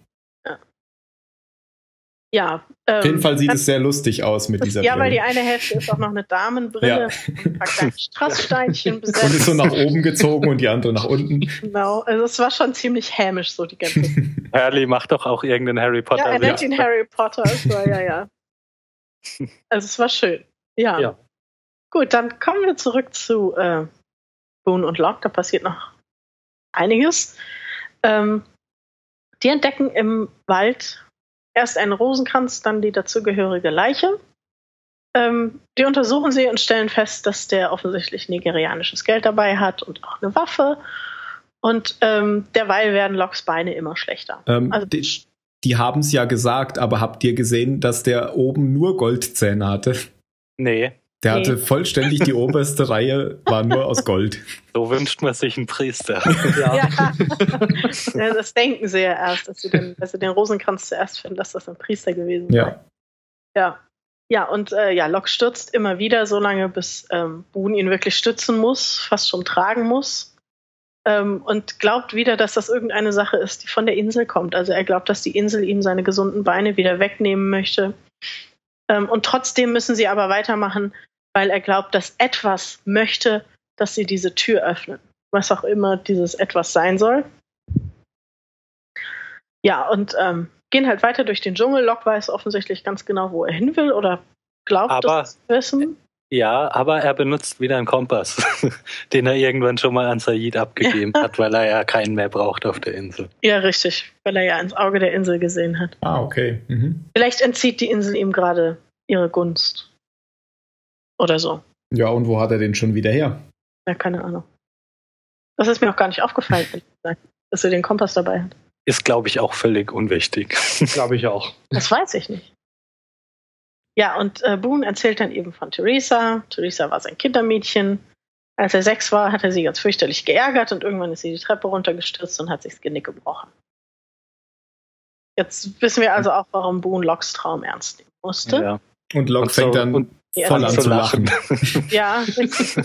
Speaker 3: Ja. ähm,
Speaker 2: Auf jeden Fall sieht es sehr lustig aus mit dieser
Speaker 3: Ja, weil die
Speaker 2: Brille.
Speaker 3: eine Hälfte ist auch noch eine Damenbrille.
Speaker 2: Ja.
Speaker 3: Ja. Ein paar kleine Strasssteinchen besetzt.
Speaker 2: und ist so nach oben gezogen und die andere nach unten.
Speaker 3: Genau, also es war schon ziemlich hämisch, so die ganze.
Speaker 4: Hurley macht doch auch irgendeinen Harry
Speaker 3: ja,
Speaker 4: Potter.
Speaker 3: er nennt
Speaker 4: Ja.
Speaker 3: ihn Harry Potter. Es war, ja, ja. Also es war schön. Ja.
Speaker 4: Ja.
Speaker 3: Gut, dann kommen wir zurück zu äh, Boone und Locke. Da passiert noch einiges. Ähm, die entdecken im Wald erst einen Rosenkranz, dann die dazugehörige Leiche. Ähm, die untersuchen sie und stellen fest, dass der offensichtlich nigerianisches Geld dabei hat und auch eine Waffe. Und ähm, derweil werden Locks Beine immer schlechter.
Speaker 2: ähm,
Speaker 3: Also-
Speaker 2: die die haben es ja gesagt, aber habt ihr gesehen, dass der oben nur Goldzähne hatte?
Speaker 4: Nee,
Speaker 2: Der
Speaker 3: Nee.
Speaker 2: hatte vollständig die oberste Reihe, war nur aus Gold.
Speaker 4: so wünscht man sich einen Priester.
Speaker 3: Ja. ja, das denken sie ja erst, dass sie den, dass sie den Rosenkranz zuerst finden, dass das ein Priester gewesen sei.
Speaker 2: Ja.
Speaker 3: Ja, ja und äh, ja, Locke stürzt immer wieder so lange, bis ähm, Boone ihn wirklich stützen muss, fast schon tragen muss. Ähm, und glaubt wieder, dass das irgendeine Sache ist, die von der Insel kommt. Also er glaubt, dass die Insel ihm seine gesunden Beine wieder wegnehmen möchte. Ähm, und trotzdem müssen sie aber weitermachen, weil er glaubt, dass etwas möchte, dass sie diese Tür öffnen. Was auch immer dieses etwas sein soll. Ja, und ähm, gehen halt weiter durch den Dschungel. Locke weiß offensichtlich ganz genau, wo er hin will oder glaubt,
Speaker 4: Aber-
Speaker 3: das zu wissen.
Speaker 4: Ja, aber er benutzt wieder einen Kompass, den er irgendwann schon mal an Said abgegeben hat, weil er ja keinen mehr braucht auf der Insel.
Speaker 3: Ja, richtig, weil er ja ins Auge der Insel gesehen hat.
Speaker 2: Ah, okay. Mhm.
Speaker 3: Vielleicht entzieht die Insel ihm gerade ihre Gunst. Oder so.
Speaker 2: Ja, und wo hat er den schon wieder her?
Speaker 3: Ja, keine Ahnung. Das ist mir auch gar nicht aufgefallen, ehrlich gesagt, dass er den Kompass dabei hat.
Speaker 4: Ist, glaube ich, auch völlig unwichtig.
Speaker 1: Glaube ich auch.
Speaker 3: Das weiß ich nicht. Ja, und äh, Boone erzählt dann eben von Theresa. Theresa war sein Kindermädchen. Als er sechs war, hat er sie ganz fürchterlich geärgert und irgendwann ist sie die Treppe runtergestürzt und hat sich das Genick gebrochen. Jetzt wissen wir also auch, warum Boone Locks Traum ernst nehmen musste.
Speaker 4: Ja.
Speaker 2: Und Locke
Speaker 4: Und so-
Speaker 2: fängt dann
Speaker 4: und-
Speaker 2: voll an
Speaker 4: und so
Speaker 2: zu lachen.
Speaker 3: Ja, richtig.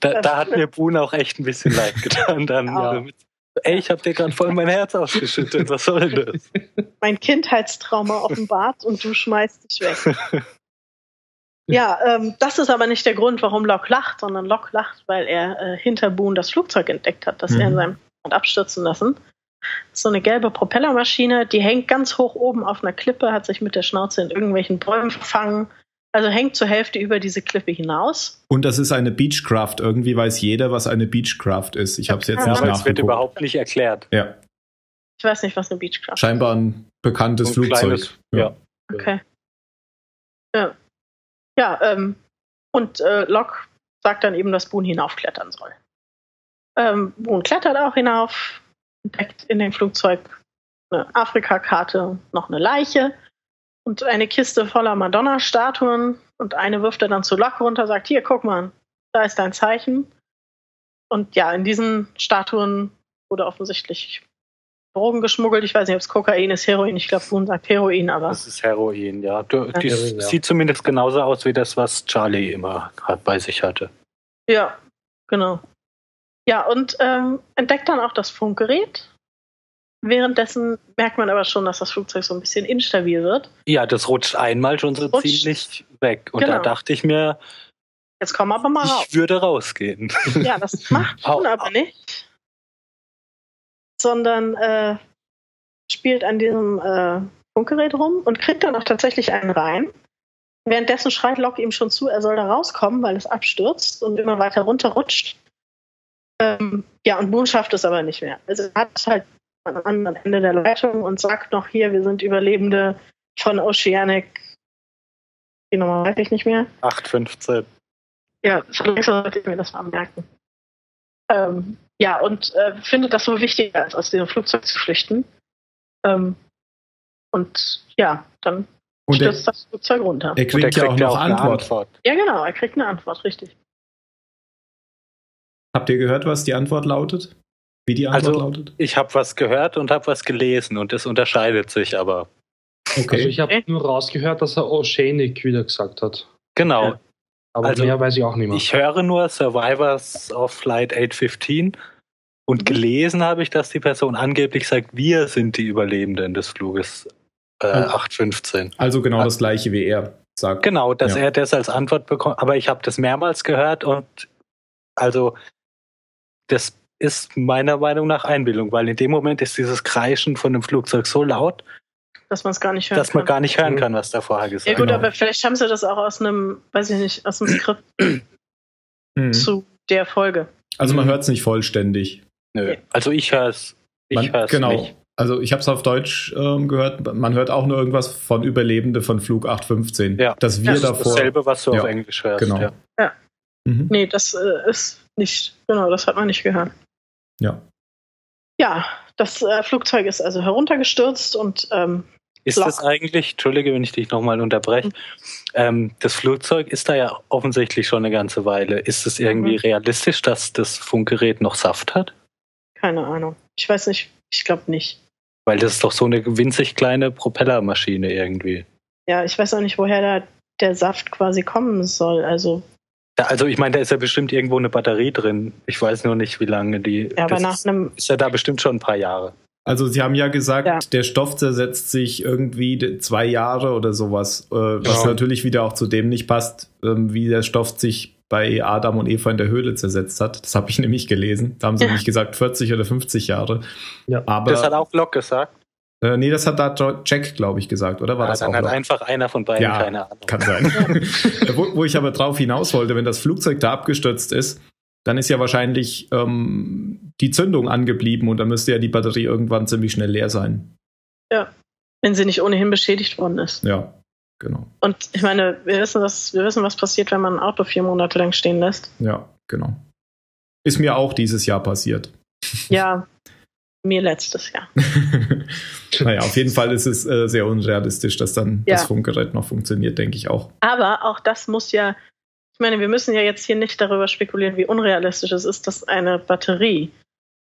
Speaker 4: Da, da hat mir Boone auch echt ein bisschen leid getan. Dann,
Speaker 3: Ja.
Speaker 4: ja. Ey, ich habe dir gerade voll mein Herz ausgeschüttet. Was soll das?
Speaker 3: mein Kindheitstrauma offenbart und du schmeißt dich weg. Ja, ähm, das ist aber nicht der Grund, warum Locke lacht, sondern Locke lacht, weil er äh, hinter Boone das Flugzeug entdeckt hat, das er in
Speaker 2: Mhm.
Speaker 3: seinem hat abstürzen lassen. Das ist so eine gelbe Propellermaschine, die hängt ganz hoch oben auf einer Klippe, hat sich mit der Schnauze in irgendwelchen Bäumen verfangen, also hängt zur Hälfte über diese Klippe hinaus.
Speaker 2: Und das ist eine Beechcraft. Irgendwie weiß jeder, was eine Beechcraft ist. Ich habe es jetzt
Speaker 3: Ja,
Speaker 4: Ja,
Speaker 2: nicht
Speaker 4: aber es wird
Speaker 2: nachgeguckt.
Speaker 4: überhaupt nicht erklärt.
Speaker 2: Ja,
Speaker 3: Ich weiß nicht, was eine Beechcraft ist.
Speaker 2: scheinbar ein bekanntes
Speaker 4: Ein
Speaker 2: Flugzeug.
Speaker 4: kleines- ja.
Speaker 3: Okay. Ja. Ja, ähm, und äh, Locke sagt dann eben, dass Boone hinaufklettern soll. Ähm, Boone klettert auch hinauf, entdeckt in dem Flugzeug eine Afrika-Karte, noch eine Leiche und eine Kiste voller Madonna-Statuen. Und eine wirft er dann zu Locke runter, sagt: Hier, guck mal, da ist dein Zeichen. Und ja, in diesen Statuen wurde offensichtlich Drogen geschmuggelt. Ich weiß nicht, ob es Kokain ist, Heroin. Ich glaube, Boon sagt Heroin, aber.
Speaker 4: Das ist Heroin, ja. Du, die
Speaker 1: Ja.
Speaker 4: s- sieht zumindest genauso aus wie das, was Charlie immer hat, bei sich hatte.
Speaker 3: Ja, genau. Ja, und ähm, entdeckt dann auch das Funkgerät. Währenddessen merkt man aber schon, dass das Flugzeug so ein bisschen instabil wird.
Speaker 4: Ja, das rutscht einmal schon so
Speaker 3: Rutscht.
Speaker 4: ziemlich weg. Und da
Speaker 3: Genau.
Speaker 4: dachte ich mir,
Speaker 3: Jetzt kommen wir aber mal raus.
Speaker 4: ich würde rausgehen.
Speaker 3: Ja, das macht
Speaker 4: Au,
Speaker 3: Boon aber nicht. Sondern äh, spielt an diesem äh, Funkgerät rum und kriegt dann auch tatsächlich einen rein. Währenddessen schreit Locke ihm schon zu, er soll da rauskommen, weil es abstürzt und immer weiter runterrutscht. Ähm, ja, und Boone schafft es aber nicht mehr. Also er hat halt am anderen Ende der Leitung und sagt noch hier, wir sind Überlebende von Oceanic. Die Nummer weiß ich nicht mehr.
Speaker 4: 8,15.
Speaker 3: Ja, schon längst sollte ich mir das mal merken. Ähm, ja, und äh, findet das so wichtiger, als aus diesem Flugzeug zu flüchten. Ähm, und ja, dann
Speaker 2: Und er,
Speaker 3: stürzt das Flugzeug runter.
Speaker 2: er
Speaker 4: Und
Speaker 2: kriegt ja auch noch Antwort.
Speaker 3: Ja, genau, er kriegt eine Antwort, richtig.
Speaker 2: Habt ihr gehört, was die Antwort lautet? Wie die Antwort
Speaker 4: Also-
Speaker 2: lautet?
Speaker 4: Ich habe was gehört und habe was gelesen und das unterscheidet sich aber.
Speaker 1: Also
Speaker 2: Okay.
Speaker 1: ich habe
Speaker 3: Okay.
Speaker 1: nur rausgehört, dass er Oceanic wieder gesagt hat.
Speaker 4: Genau.
Speaker 1: Ja. Aber
Speaker 4: Also,
Speaker 1: mehr weiß ich auch nicht mehr.
Speaker 4: Ich höre nur Survivors of Flight 815 und gelesen habe ich, dass die Person angeblich sagt, wir sind die Überlebenden des Fluges äh,
Speaker 2: Ja.
Speaker 4: 815.
Speaker 2: Also genau das gleiche wie er sagt.
Speaker 4: Ah. Genau, dass
Speaker 2: Ja.
Speaker 4: er das als Antwort bekommt. Aber ich habe das mehrmals gehört und also das ist meiner Meinung nach Einbildung, weil in dem Moment ist dieses Kreischen von dem Flugzeug so laut,
Speaker 3: Dass man es gar nicht hören
Speaker 4: dass man
Speaker 3: kann.
Speaker 4: gar nicht hören
Speaker 1: Mhm.
Speaker 4: kann, was da vorher
Speaker 3: Ja
Speaker 4: gesagt
Speaker 3: gut,
Speaker 4: wird.
Speaker 2: Genau.
Speaker 3: aber vielleicht haben sie das auch aus einem, weiß ich nicht, aus dem Skript
Speaker 2: Mhm.
Speaker 3: zu der Folge.
Speaker 2: Also man hört es nicht vollständig.
Speaker 4: Nö. Also ich höre es. Ich
Speaker 2: Man,
Speaker 4: höre es
Speaker 2: genau.
Speaker 4: nicht.
Speaker 2: Also ich habe es auf Deutsch ähm, gehört. Man hört auch nur irgendwas von Überlebende von Flug 815.
Speaker 4: Ja.
Speaker 2: Dass wir
Speaker 3: Das ist
Speaker 2: davor.
Speaker 4: Dasselbe, was du
Speaker 2: Ja.
Speaker 4: auf Englisch hörst.
Speaker 2: Genau.
Speaker 4: Ja.
Speaker 2: Mhm.
Speaker 3: Nee, das äh, ist nicht, genau, das hat man nicht gehört.
Speaker 2: Ja.
Speaker 3: Ja, das äh, Flugzeug ist also heruntergestürzt und ähm,
Speaker 4: Ist
Speaker 3: Lock.
Speaker 4: das eigentlich, entschuldige, wenn ich dich nochmal unterbreche,
Speaker 3: Mhm.
Speaker 4: ähm, das Flugzeug ist da ja offensichtlich schon eine ganze Weile. Ist es irgendwie
Speaker 3: Mhm.
Speaker 4: realistisch, dass das Funkgerät noch Saft hat?
Speaker 3: keine Ahnung. Ich weiß nicht, ich glaube nicht.
Speaker 4: Weil das ist doch so eine winzig kleine Propellermaschine irgendwie.
Speaker 3: Ja, ich weiß auch nicht, woher da der Saft quasi kommen soll. Also,
Speaker 4: Da, also ich meine, da ist ja bestimmt irgendwo eine Batterie drin. Ich weiß nur nicht, wie lange die.
Speaker 3: ja, aber
Speaker 4: das
Speaker 3: nach
Speaker 4: ist,
Speaker 3: einem.
Speaker 4: ist ja da bestimmt schon ein paar Jahre.
Speaker 2: Also sie haben ja gesagt,
Speaker 3: Ja.
Speaker 2: der Stoff zersetzt sich irgendwie de- zwei Jahre oder sowas, äh, was
Speaker 1: Ja.
Speaker 2: natürlich wieder auch zu dem nicht passt, ähm, wie der Stoff sich bei Adam und Eva in der Höhle zersetzt hat. Das habe ich nämlich gelesen. Da haben sie
Speaker 3: Ja.
Speaker 2: nicht gesagt 40 oder 50 Jahre.
Speaker 1: Ja.
Speaker 2: Aber
Speaker 4: das hat auch Locke gesagt.
Speaker 2: äh, nee, das hat da Jo- Jack, glaube ich, gesagt, oder war
Speaker 4: Ja,
Speaker 2: das
Speaker 4: dann
Speaker 2: auch?
Speaker 4: hat halt
Speaker 2: noch?
Speaker 4: einfach einer von beiden
Speaker 2: Ja.
Speaker 4: keine Ahnung.
Speaker 2: Kann sein. wo, wo ich aber drauf hinaus wollte, wenn das Flugzeug da abgestürzt ist, dann ist ja wahrscheinlich ähm, die Zündung angeblieben und dann müsste ja die Batterie irgendwann ziemlich schnell leer sein.
Speaker 3: Wenn sie nicht ohnehin beschädigt worden ist.
Speaker 2: Ja, genau.
Speaker 3: Und ich meine, wir wissen, was, wir wissen, was passiert, wenn man ein Auto vier Monate lang stehen lässt.
Speaker 2: Ja, genau. Ist mir auch dieses Jahr passiert.
Speaker 3: Ja, mir letztes Jahr.
Speaker 2: naja, auf jeden Fall ist es äh, sehr unrealistisch, dass dann
Speaker 3: Ja.
Speaker 2: das Funkgerät noch funktioniert, denke ich auch.
Speaker 3: Aber auch das muss ja, ich meine, wir müssen ja jetzt hier nicht darüber spekulieren, wie unrealistisch es ist, dass eine Batterie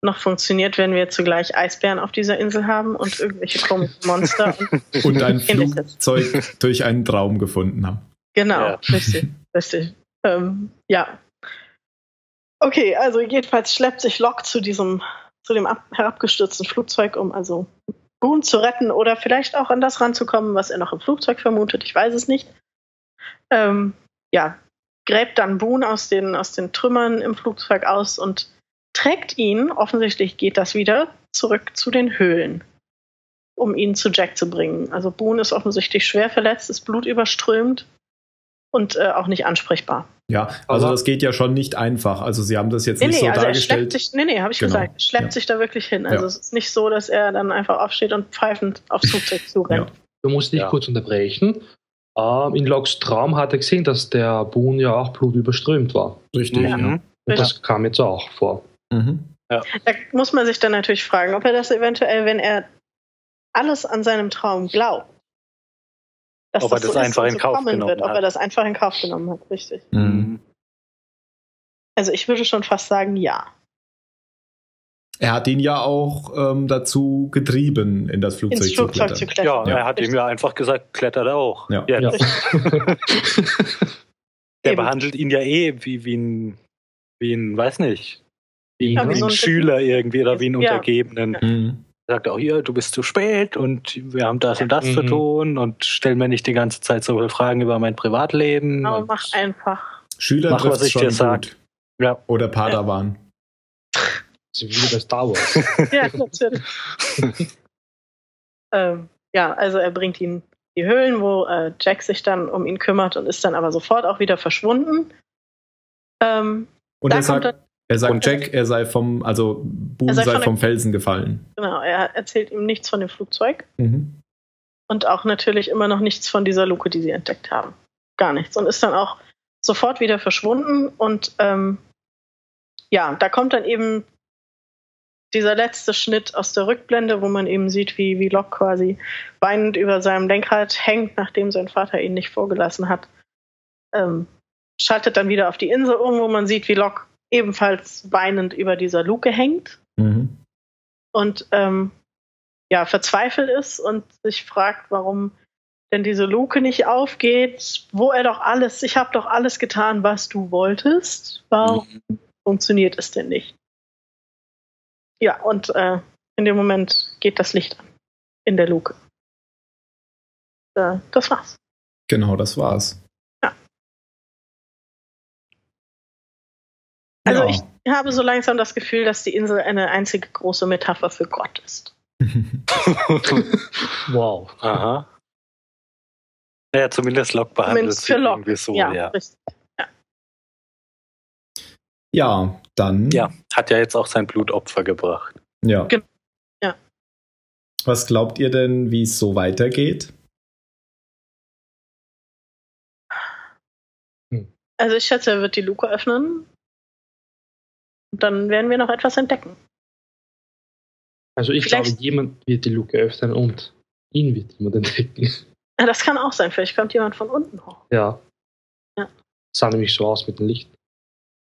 Speaker 3: noch funktioniert, wenn wir zugleich Eisbären auf dieser Insel haben und irgendwelche komischen Monster. Und,
Speaker 2: Und ein
Speaker 3: Ähnliches.
Speaker 2: Flugzeug durch einen Traum gefunden haben.
Speaker 3: genau,
Speaker 4: Ja.
Speaker 3: richtig, richtig. Ähm, ja. Okay, also jedenfalls schleppt sich Locke zu diesem, zu dem ab, herabgestürzten Flugzeug, um also Boone zu retten oder vielleicht auch an das ranzukommen, was er noch im Flugzeug vermutet. Ich weiß es nicht. Ähm, ja, gräbt dann Boone aus den, aus den Trümmern im Flugzeug aus und trägt ihn, offensichtlich geht das wieder, zurück zu den Höhlen, um ihn zu Jack zu bringen. Also Boone ist offensichtlich schwer verletzt, ist blutüberströmt und äh, auch nicht ansprechbar.
Speaker 2: Ja, also
Speaker 1: Aber-
Speaker 2: das geht ja schon nicht einfach. Also sie haben das jetzt nicht so
Speaker 3: also er schleppt
Speaker 2: dargestellt.
Speaker 3: sich, nee, nee, habe ich
Speaker 2: Genau,
Speaker 3: gesagt, er schleppt
Speaker 2: ja.
Speaker 3: sich da wirklich hin. Also
Speaker 2: Ja.
Speaker 3: es ist nicht so, dass er dann einfach aufsteht und pfeifend aufs Flugzeug zurennt.
Speaker 1: Du musst dich
Speaker 4: Ja.
Speaker 1: kurz unterbrechen. Ähm, in Locks Traum hat er gesehen, dass der Boon ja auch blutüberströmt war.
Speaker 2: Richtig, ja.
Speaker 4: Mhm.
Speaker 1: Und
Speaker 3: Ja.
Speaker 1: das kam jetzt auch vor.
Speaker 2: Mhm.
Speaker 3: Da muss man sich dann natürlich fragen, ob er das eventuell, wenn er alles an seinem Traum glaubt, dass
Speaker 4: Ob er das einfach
Speaker 3: und
Speaker 4: in Kauf
Speaker 3: kommen
Speaker 4: genommen
Speaker 3: wird, ob
Speaker 4: hat.
Speaker 3: er das einfach in Kauf genommen hat, richtig.
Speaker 2: Mhm.
Speaker 3: Also ich würde schon fast sagen, ja.
Speaker 2: Er hat ihn ja auch ähm, dazu getrieben, in das Flugzeug,
Speaker 3: ins Flugzeug
Speaker 2: zu
Speaker 3: zu
Speaker 2: klettern.
Speaker 3: klettern.
Speaker 4: Ja,
Speaker 2: Ja.
Speaker 4: er hat ihm ja einfach gesagt, klettert auch.
Speaker 2: Ja.
Speaker 4: Jetzt.
Speaker 1: Ja.
Speaker 4: Der
Speaker 3: Eben.
Speaker 4: behandelt ihn ja eh wie, wie ein, wie ein, weiß nicht, wie
Speaker 1: Ja,
Speaker 4: ein,
Speaker 1: wie
Speaker 4: wie
Speaker 1: so
Speaker 4: ein
Speaker 3: ein
Speaker 4: Schüler irgendwie oder wie ein
Speaker 3: Ja.
Speaker 4: Untergebenen.
Speaker 3: Ja.
Speaker 2: Mhm.
Speaker 4: Er sagt auch hier, du bist zu spät und wir haben das und das
Speaker 1: Mhm.
Speaker 4: zu tun und stell mir nicht die ganze Zeit so viele Fragen über mein Privatleben.
Speaker 3: Genau,
Speaker 4: und
Speaker 3: mach einfach.
Speaker 2: Schüler
Speaker 4: Mach, was
Speaker 2: trifft's
Speaker 4: ich
Speaker 2: schon
Speaker 4: dir
Speaker 2: gut.
Speaker 4: sag. Ja.
Speaker 2: Oder Padawan.
Speaker 1: Das ist wieder bei Star Wars.
Speaker 3: Ja, natürlich. ähm, ja, also er bringt ihn in die Höhlen, wo äh, Jack sich dann um ihn kümmert und ist dann aber sofort auch wieder verschwunden. Ähm,
Speaker 2: Und
Speaker 3: Da
Speaker 2: er
Speaker 3: kommt
Speaker 2: sagt, er sagt
Speaker 4: Und-
Speaker 2: Jack, er sei vom, also Boom
Speaker 3: Er
Speaker 2: sei,
Speaker 3: sei von
Speaker 2: vom Felsen gefallen.
Speaker 3: genau, er erzählt ihm nichts von dem Flugzeug
Speaker 2: Mhm.
Speaker 3: und auch natürlich immer noch nichts von dieser Luke, die sie entdeckt haben. Gar nichts. Und ist dann auch sofort wieder verschwunden und ähm, ja, da kommt dann eben dieser letzte Schnitt aus der Rückblende, wo man eben sieht, wie, wie Locke quasi weinend über seinem Lenkrad hängt, nachdem sein Vater ihn nicht vorgelassen hat. Ähm, schaltet dann wieder auf die Insel um, wo man sieht, wie Locke ebenfalls weinend über dieser Luke hängt
Speaker 2: Mhm.
Speaker 3: und ähm, ja, verzweifelt ist und sich fragt, warum denn diese Luke nicht aufgeht, wo er doch alles, ich habe doch alles getan, was du wolltest, warum
Speaker 4: Mhm.
Speaker 3: funktioniert es denn nicht? Ja, und äh, in dem Moment geht das Licht an in der Luke. Äh, das war's.
Speaker 2: Genau, das war's.
Speaker 3: Ja. Also
Speaker 2: Ja.
Speaker 3: ich habe so langsam das Gefühl, dass die Insel eine einzige große Metapher für Gott ist.
Speaker 1: Wow.
Speaker 4: Aha. Naja, zumindest Locke behandelt
Speaker 3: Zumindest für
Speaker 4: sich
Speaker 3: Locke.
Speaker 4: irgendwie so,
Speaker 3: ja,
Speaker 4: ja. ja.
Speaker 3: richtig.
Speaker 2: ja, dann.
Speaker 4: hat ja jetzt auch sein Blutopfer gebracht.
Speaker 2: Ja.
Speaker 3: Ge- ja.
Speaker 2: Was glaubt ihr denn, wie es so weitergeht?
Speaker 3: Also ich schätze, er wird die Luke öffnen. Und dann werden wir noch etwas entdecken.
Speaker 1: Also ich
Speaker 3: Vielleicht-
Speaker 1: glaube, jemand wird die Luke öffnen und ihn wird jemand entdecken.
Speaker 3: Ja, Das kann auch sein. Vielleicht kommt jemand von unten hoch.
Speaker 1: Ja.
Speaker 3: Ja.
Speaker 1: Sah nämlich so aus mit dem Licht.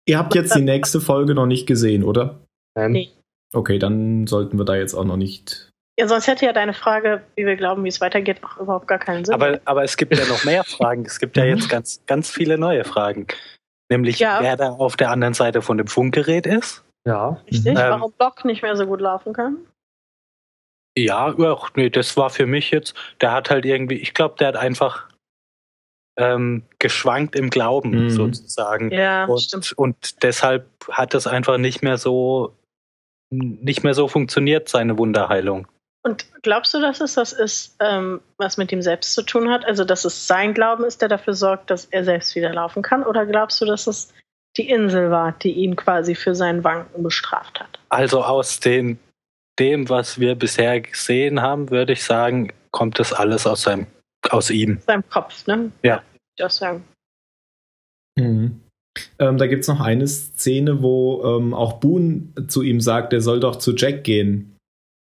Speaker 2: Ihr habt jetzt die nächste Folge noch nicht gesehen, oder?
Speaker 1: Nein.
Speaker 3: Nee.
Speaker 2: Okay, dann sollten wir da jetzt auch noch nicht.
Speaker 3: Ja, sonst hätte ja deine Frage, wie wir glauben, wie es weitergeht, auch überhaupt gar keinen Sinn.
Speaker 4: Aber, aber es gibt ja noch mehr Fragen. Es gibt ja jetzt ganz, ganz viele neue Fragen. Nämlich,
Speaker 3: Mhm. Ja.
Speaker 4: wer da auf der anderen Seite von dem Funkgerät ist.
Speaker 1: Ja.
Speaker 3: Richtig?
Speaker 4: Ähm.
Speaker 3: Warum Block nicht mehr so gut laufen kann?
Speaker 4: Ja, ach, nee, das war für mich jetzt. Der hat halt irgendwie, ich glaube, der hat einfach ähm, geschwankt im Glauben
Speaker 2: Mhm.
Speaker 4: sozusagen.
Speaker 3: Ja, stimmt.
Speaker 4: und, und deshalb hat es einfach nicht mehr so nicht mehr so funktioniert, seine Wunderheilung.
Speaker 3: Und glaubst du, dass es das ist, ähm, was mit ihm selbst zu tun hat? Also, dass es sein Glauben ist, der dafür sorgt, dass er selbst wieder laufen kann? Oder glaubst du, dass es die Insel war, die ihn quasi für sein Wanken bestraft hat?
Speaker 4: Also aus den, dem, was wir bisher gesehen haben, würde ich sagen, kommt das alles aus seinem aus ihm.
Speaker 3: Seinem Kopf, ne?
Speaker 4: Ja.
Speaker 3: Ich würde auch sagen.
Speaker 2: Mhm. Ähm, da gibt es noch eine Szene, wo ähm, auch Boone zu ihm sagt, er soll doch zu Jack gehen.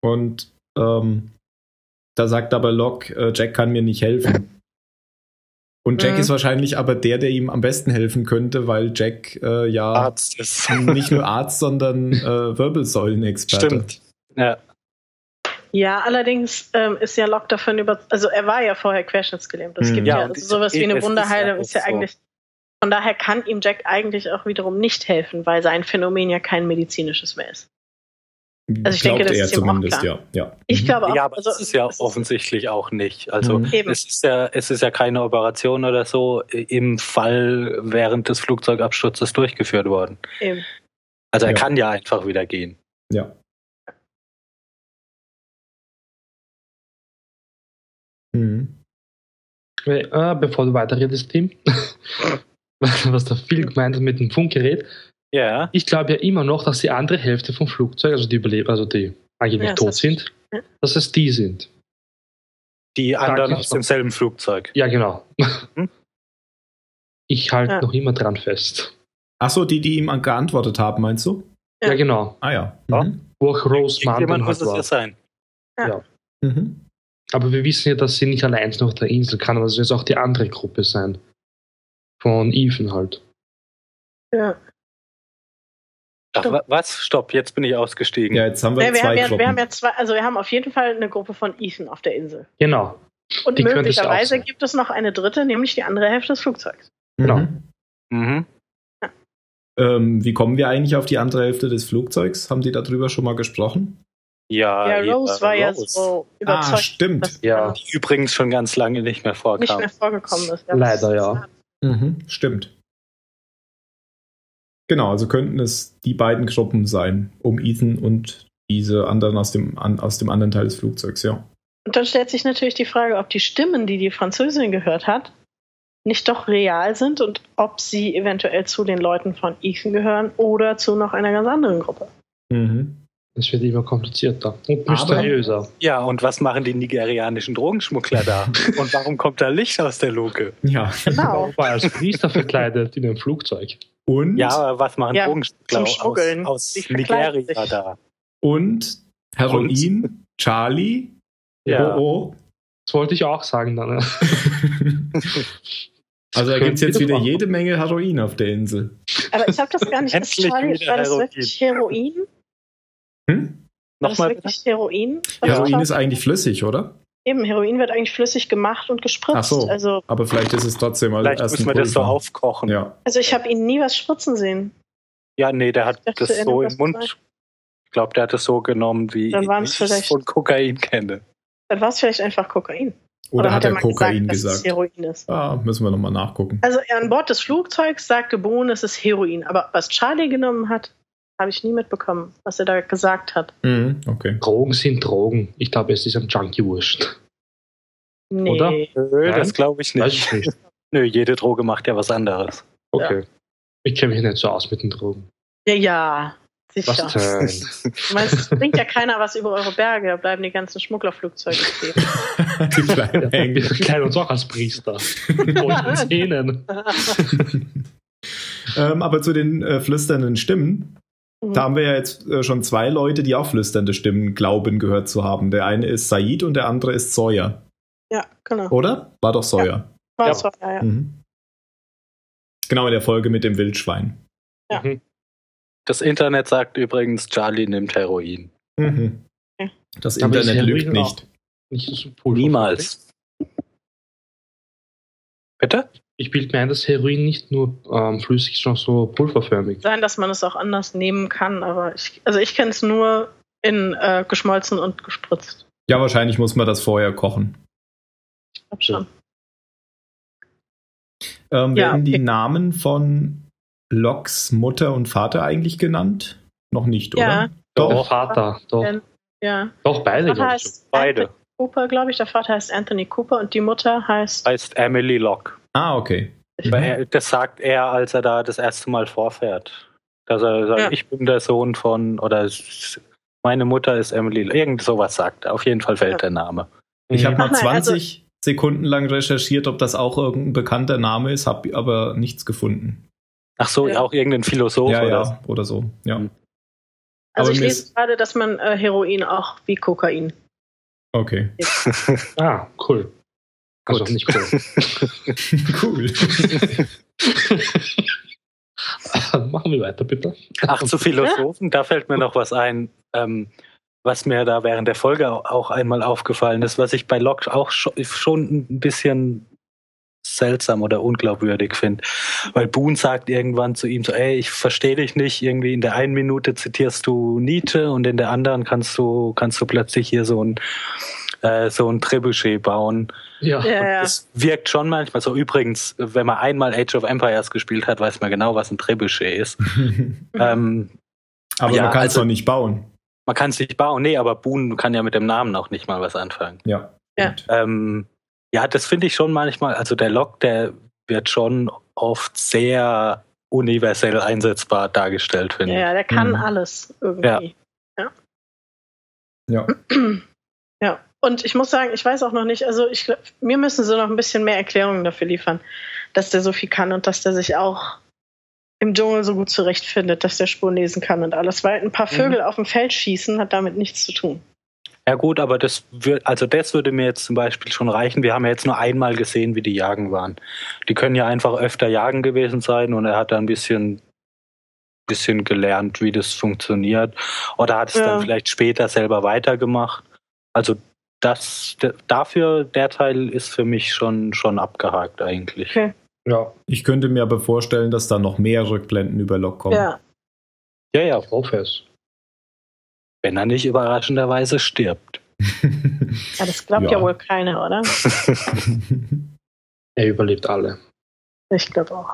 Speaker 2: Und ähm, da sagt aber Locke, äh, Jack kann mir nicht helfen. Und Jack
Speaker 3: Mhm.
Speaker 2: ist wahrscheinlich aber der, der ihm am besten helfen könnte, weil Jack äh, ja Hm.
Speaker 4: Arzt ist.
Speaker 2: nicht nur Arzt, sondern äh, Wirbelsäulenexperte.
Speaker 4: Stimmt. Ja.
Speaker 3: Ja, allerdings ähm, ist ja Locke davon über, also er war ja vorher querschnittsgelähmt. Es
Speaker 2: Mhm.
Speaker 3: gibt
Speaker 4: Hm. Ja,
Speaker 3: ja,
Speaker 4: und
Speaker 3: also sowas wie
Speaker 4: es
Speaker 3: eine
Speaker 4: ist ja
Speaker 3: Wunderheilung
Speaker 4: auch
Speaker 3: ist ja
Speaker 4: so.
Speaker 3: eigentlich. Von daher kann ihm Jack eigentlich auch wiederum nicht helfen, weil sein Phänomen ja kein medizinisches mehr ist. Also ich denke, das ist ihm auch klar.
Speaker 2: ja. ja.
Speaker 3: Ich
Speaker 2: Mhm.
Speaker 3: glaube auch.
Speaker 4: ja, aber
Speaker 3: also,
Speaker 4: es ist ja
Speaker 3: es
Speaker 4: offensichtlich auch nicht. Also
Speaker 2: Mhm.
Speaker 3: Eben.
Speaker 4: es ist ja, es ist ja keine Operation oder so im Fall während des Flugzeugabsturzes durchgeführt worden.
Speaker 3: Eben.
Speaker 4: Also er
Speaker 2: Ja.
Speaker 4: kann ja einfach wieder gehen.
Speaker 2: Ja. Mhm.
Speaker 1: Äh, bevor du weiterredest, Tim, was der Phil gemeint hat mit dem Funkgerät,
Speaker 4: Ja.
Speaker 1: ich glaube ja immer noch, dass die andere Hälfte vom Flugzeug, also die überleben, also die angeblich
Speaker 3: Ja, das
Speaker 1: tot
Speaker 3: heißt-
Speaker 1: sind,
Speaker 3: Ja.
Speaker 1: dass es die sind.
Speaker 4: Die anderen
Speaker 1: Danke.
Speaker 4: aus demselben Flugzeug.
Speaker 1: Ja, genau.
Speaker 4: Hm?
Speaker 1: Ich halte
Speaker 3: Ja.
Speaker 1: noch immer dran fest.
Speaker 2: Ach so, die, die ihm an- geantwortet haben, meinst du?
Speaker 1: Ja,
Speaker 3: Ja.
Speaker 1: genau.
Speaker 2: Ah ja.
Speaker 4: Ja.
Speaker 2: Mhm.
Speaker 1: Wo auch Rose
Speaker 4: Jemand
Speaker 1: Mandeln
Speaker 4: muss
Speaker 1: halt
Speaker 4: es ja
Speaker 1: war.
Speaker 4: sein.
Speaker 2: Mhm.
Speaker 1: Aber wir wissen ja, dass sie nicht allein auf der Insel kann, also es auch die andere Gruppe sein. Von Ethan halt.
Speaker 3: Ja.
Speaker 4: Ach, wa- was? Stopp, jetzt bin ich ausgestiegen.
Speaker 2: Ja, jetzt haben wir
Speaker 3: Nee, wir,
Speaker 2: zwei
Speaker 3: haben ja,
Speaker 2: Gruppen.
Speaker 3: wir haben ja zwei, also wir haben auf jeden Fall eine Gruppe von Ethan auf der Insel.
Speaker 1: Genau.
Speaker 3: Und
Speaker 1: Die könnte es auch
Speaker 3: möglicherweise
Speaker 1: sein.
Speaker 3: gibt es noch eine dritte, nämlich die andere Hälfte des Flugzeugs.
Speaker 1: genau.
Speaker 2: Mhm.
Speaker 4: Mhm.
Speaker 2: Ähm, wie kommen wir eigentlich auf die andere Hälfte des Flugzeugs? Haben die darüber schon mal gesprochen?
Speaker 4: Ah, Ja,
Speaker 3: ja,
Speaker 4: jeder
Speaker 3: Rose war ja
Speaker 4: Rose,
Speaker 3: so
Speaker 2: Ah,
Speaker 3: überzeugt,
Speaker 2: stimmt.
Speaker 3: dass
Speaker 1: Ja.
Speaker 3: sie
Speaker 4: die übrigens schon ganz lange nicht mehr
Speaker 3: dann nicht
Speaker 4: vorkam.
Speaker 3: mehr vorgekommen ist.
Speaker 1: Leider, ja.
Speaker 2: Mhm, stimmt. Genau, also könnten es die beiden Gruppen sein, um Ethan und diese anderen aus dem, an, aus dem anderen Teil des Flugzeugs, ja.
Speaker 3: Und dann stellt sich natürlich die Frage, ob die Stimmen, die die Französin gehört hat, nicht doch real sind und ob sie eventuell zu den Leuten von Ethan gehören oder zu noch einer ganz anderen Gruppe.
Speaker 2: Mhm.
Speaker 1: Es wird immer komplizierter und
Speaker 2: Aber-
Speaker 1: mysteriöser.
Speaker 4: Ja, und was machen die nigerianischen Drogenschmuggler da? und warum kommt da Licht aus der Luke?
Speaker 2: Ja.
Speaker 3: Genau.
Speaker 1: Warum war er als Priester verkleidet in einem Flugzeug?
Speaker 2: Und,
Speaker 4: Ja, aber was machen
Speaker 3: Ja,
Speaker 4: Drogenschmuggler
Speaker 3: zum
Speaker 4: aus,
Speaker 3: Schmuggeln.
Speaker 4: aus
Speaker 3: Die verkleiden
Speaker 4: Nigeria
Speaker 3: sich.
Speaker 4: da?
Speaker 2: und Heroin, Charlie,
Speaker 4: Ja.
Speaker 2: oh, oh.
Speaker 1: Das wollte ich auch sagen dann. ne?
Speaker 2: Also da gibt es jetzt
Speaker 1: Könnte
Speaker 2: wieder
Speaker 1: man-
Speaker 2: jede Menge Heroin auf der Insel.
Speaker 3: Aber ich habe das gar nicht. Ist
Speaker 4: Endlich
Speaker 3: Charlie,
Speaker 4: wieder
Speaker 3: war das
Speaker 4: Heroin.
Speaker 3: wirklich Heroin?
Speaker 2: Hm?
Speaker 3: War das
Speaker 4: Nochmal bitte?
Speaker 3: wirklich Heroin? Was
Speaker 2: Heroin
Speaker 3: war-
Speaker 2: ist eigentlich flüssig, oder?
Speaker 3: Eben, Heroin wird eigentlich flüssig gemacht und gespritzt.
Speaker 2: Ach so.
Speaker 3: Also,
Speaker 2: Aber vielleicht ist es trotzdem mal
Speaker 4: Vielleicht
Speaker 2: erst
Speaker 4: müssen wir
Speaker 2: ein
Speaker 4: das so
Speaker 2: Pulver.
Speaker 4: aufkochen. Ja,
Speaker 2: Ja.
Speaker 3: also ich habe ihn nie was spritzen sehen.
Speaker 4: nee, der hat
Speaker 3: Ich dachte,
Speaker 4: das
Speaker 3: er nimmt
Speaker 4: so im
Speaker 3: das
Speaker 4: Mund.
Speaker 3: rein.
Speaker 4: Ich glaube, der hat das so genommen, wie
Speaker 3: Dann
Speaker 4: ich
Speaker 3: waren's
Speaker 4: es
Speaker 3: vielleicht-
Speaker 4: von Kokain kenne.
Speaker 3: Dann war es vielleicht einfach Kokain.
Speaker 2: Oder, hat er
Speaker 3: mal
Speaker 2: Kokain
Speaker 3: Dass es
Speaker 2: gesagt?
Speaker 3: Heroin ist.
Speaker 2: Ah, müssen wir nochmal nachgucken.
Speaker 3: Also an Bord des Flugzeugs sagte Bohn, es ist Heroin. Aber was Charlie genommen hat, habe ich nie mitbekommen, was er da gesagt hat.
Speaker 2: Mhm, okay.
Speaker 1: Drogen sind Drogen. Ich glaube, es ist ein Junkie wurscht.
Speaker 3: Nee.
Speaker 1: Oder?
Speaker 4: Nö,
Speaker 1: Nein.
Speaker 4: das glaube ich
Speaker 1: Weiß
Speaker 4: nicht.
Speaker 1: ich nicht.
Speaker 4: Nö, jede Droge macht ja was anderes.
Speaker 1: Okay. Ich kenne mich nicht so aus mit den Drogen.
Speaker 3: Ja, ja.
Speaker 1: Was
Speaker 3: Sicher.
Speaker 1: denn?
Speaker 3: Du meinst, es bringt ja keiner was über eure Berge, da bleiben die ganzen Schmugglerflugzeuge stehen.
Speaker 2: Die kleinen
Speaker 1: Wir
Speaker 2: Engel.
Speaker 1: verkleiden uns auch als Priester. Und uns Hähnen.
Speaker 3: Mhm.
Speaker 2: ähm, aber zu den äh, flüsternden Stimmen.
Speaker 3: Mhm.
Speaker 2: Da haben wir ja jetzt äh, schon zwei Leute, die auch flüsternde Stimmen glauben gehört zu haben. Der eine ist Said und der andere ist Sawyer.
Speaker 3: ja, genau.
Speaker 2: Oder? War doch Sawyer.
Speaker 3: War
Speaker 1: Ja.
Speaker 3: so, ja, ja.
Speaker 2: Mhm. Genau in der Folge mit dem Wildschwein.
Speaker 3: Ja.
Speaker 1: Mhm.
Speaker 4: Das Internet sagt übrigens, Charlie nimmt Heroin.
Speaker 2: Mhm.
Speaker 3: Okay.
Speaker 2: Das
Speaker 1: Aber ist
Speaker 2: Internet
Speaker 1: Heroin
Speaker 2: lügt
Speaker 1: auch-
Speaker 2: nicht.
Speaker 1: Nicht so Pulver.
Speaker 4: Niemals. Bitte?
Speaker 1: Ich bilde mir ein, dass Heroin nicht nur ähm, flüssig ist, sondern so pulverförmig.
Speaker 3: Sein, dass man es auch anders nehmen kann, aber ich, also ich kenne es nur in äh, geschmolzen und gespritzt.
Speaker 2: Ja, wahrscheinlich muss man das vorher kochen.
Speaker 3: Ich glaub schon.
Speaker 2: Ähm,
Speaker 3: Ja,
Speaker 2: werden die
Speaker 3: okay.
Speaker 2: Namen von Locks Mutter und Vater eigentlich genannt? Noch nicht, oder?
Speaker 3: Ja.
Speaker 1: Doch, der
Speaker 2: Doch.
Speaker 1: Vater. Doch,
Speaker 3: Ja. Ja.
Speaker 1: doch beide.
Speaker 3: Der
Speaker 1: glaub
Speaker 3: Vater
Speaker 1: ich.
Speaker 3: Ähm, heißt
Speaker 4: Beide.
Speaker 3: Anthony Cooper, glaube ich. Der Vater heißt Anthony Cooper und die Mutter heißt.
Speaker 4: Heißt Emily Locke.
Speaker 2: Ah, okay.
Speaker 4: Weil er- Das sagt er, als er da das erste Mal vorfährt. Dass er sagt,
Speaker 3: Ja.
Speaker 4: ich bin der Sohn von, oder s- meine Mutter ist Emily. Locke. Irgend sowas sagt er. Auf jeden Fall fällt
Speaker 3: Ja.
Speaker 4: der Name.
Speaker 2: Ich habe
Speaker 1: Mhm.
Speaker 2: mal
Speaker 3: Ach nein,
Speaker 2: 20 Sekunden lang recherchiert, ob das auch irgendein bekannter Name ist, habe aber nichts gefunden.
Speaker 4: Ach so,
Speaker 3: Ja.
Speaker 4: auch irgendein Philosoph
Speaker 2: ja,
Speaker 4: oder
Speaker 2: ja,
Speaker 4: so.
Speaker 2: oder so. Ja,
Speaker 4: Mhm.
Speaker 3: Also
Speaker 2: aber
Speaker 3: ich
Speaker 2: mir
Speaker 3: lese
Speaker 2: ist-
Speaker 3: gerade, dass man äh, Heroin auch wie Kokain.
Speaker 2: okay.
Speaker 1: Ah, cool. Also
Speaker 4: Gut.
Speaker 1: nicht cool.
Speaker 2: cool.
Speaker 1: Machen wir weiter, bitte.
Speaker 4: Ach, zu Philosophen, da fällt mir noch was ein, ähm, was mir da während der Folge au- auch einmal aufgefallen ist, was ich bei Locke auch scho- schon ein bisschen seltsam oder unglaubwürdig finde. Weil Boone sagt irgendwann zu ihm so, ey, ich verstehe dich nicht, irgendwie in der einen Minute zitierst du Nietzsche und in der anderen kannst du, kannst du plötzlich hier so ein, äh, so ein Trebuchet bauen.
Speaker 1: Ja.
Speaker 3: Ja, ja.
Speaker 4: Das wirkt schon manchmal so. Übrigens, wenn man einmal Age of Empires gespielt hat, weiß man genau, was ein Trebuchet ist.
Speaker 3: Mhm.
Speaker 4: Ähm,
Speaker 2: aber
Speaker 4: Ja,
Speaker 2: man kann es
Speaker 4: also-
Speaker 2: doch nicht bauen.
Speaker 4: Man kann es nicht bauen. Nee, aber Boone kann ja mit dem Namen auch nicht mal was anfangen.
Speaker 2: Ja.
Speaker 3: Ja.
Speaker 4: Ähm, ja, das finde ich schon manchmal. Also der Log, der wird schon oft sehr universell einsetzbar dargestellt,
Speaker 3: ja,
Speaker 4: finde ich.
Speaker 3: ja, der kann
Speaker 2: Mhm.
Speaker 3: alles irgendwie.
Speaker 2: Ja.
Speaker 3: Ja, und ich muss sagen, ich weiß auch noch nicht, also ich glaub, mir müssen sie noch ein bisschen mehr Erklärungen dafür liefern, dass der so viel kann und dass der sich auch im Dschungel so gut zurechtfindet, dass der Spuren lesen kann und alles, weil ein paar Vögel auf dem Feld schießen hat damit nichts zu tun.
Speaker 4: Ja gut, aber das würde, also das würde mir jetzt zum Beispiel schon reichen. Wir haben ja jetzt nur einmal gesehen, wie die Jagen waren. Die können ja einfach öfter jagen gewesen sein und er hat da ein bisschen bisschen gelernt, wie das funktioniert. Oder hat es
Speaker 3: Ja.
Speaker 4: dann vielleicht später selber weitergemacht. Also das d- dafür, der Teil ist für mich schon, schon abgehakt eigentlich.
Speaker 3: Okay.
Speaker 1: Ja,
Speaker 2: Ich könnte mir aber vorstellen, dass da noch mehr Rückblenden über Lok kommen.
Speaker 3: Ja.
Speaker 4: Ja, ja,
Speaker 1: ich hoffe es.
Speaker 4: wenn er nicht überraschenderweise stirbt.
Speaker 3: ja, das glaubt ja.
Speaker 2: Ja.
Speaker 3: wohl keiner, oder?
Speaker 1: Er überlebt alle.
Speaker 3: Ich glaube auch.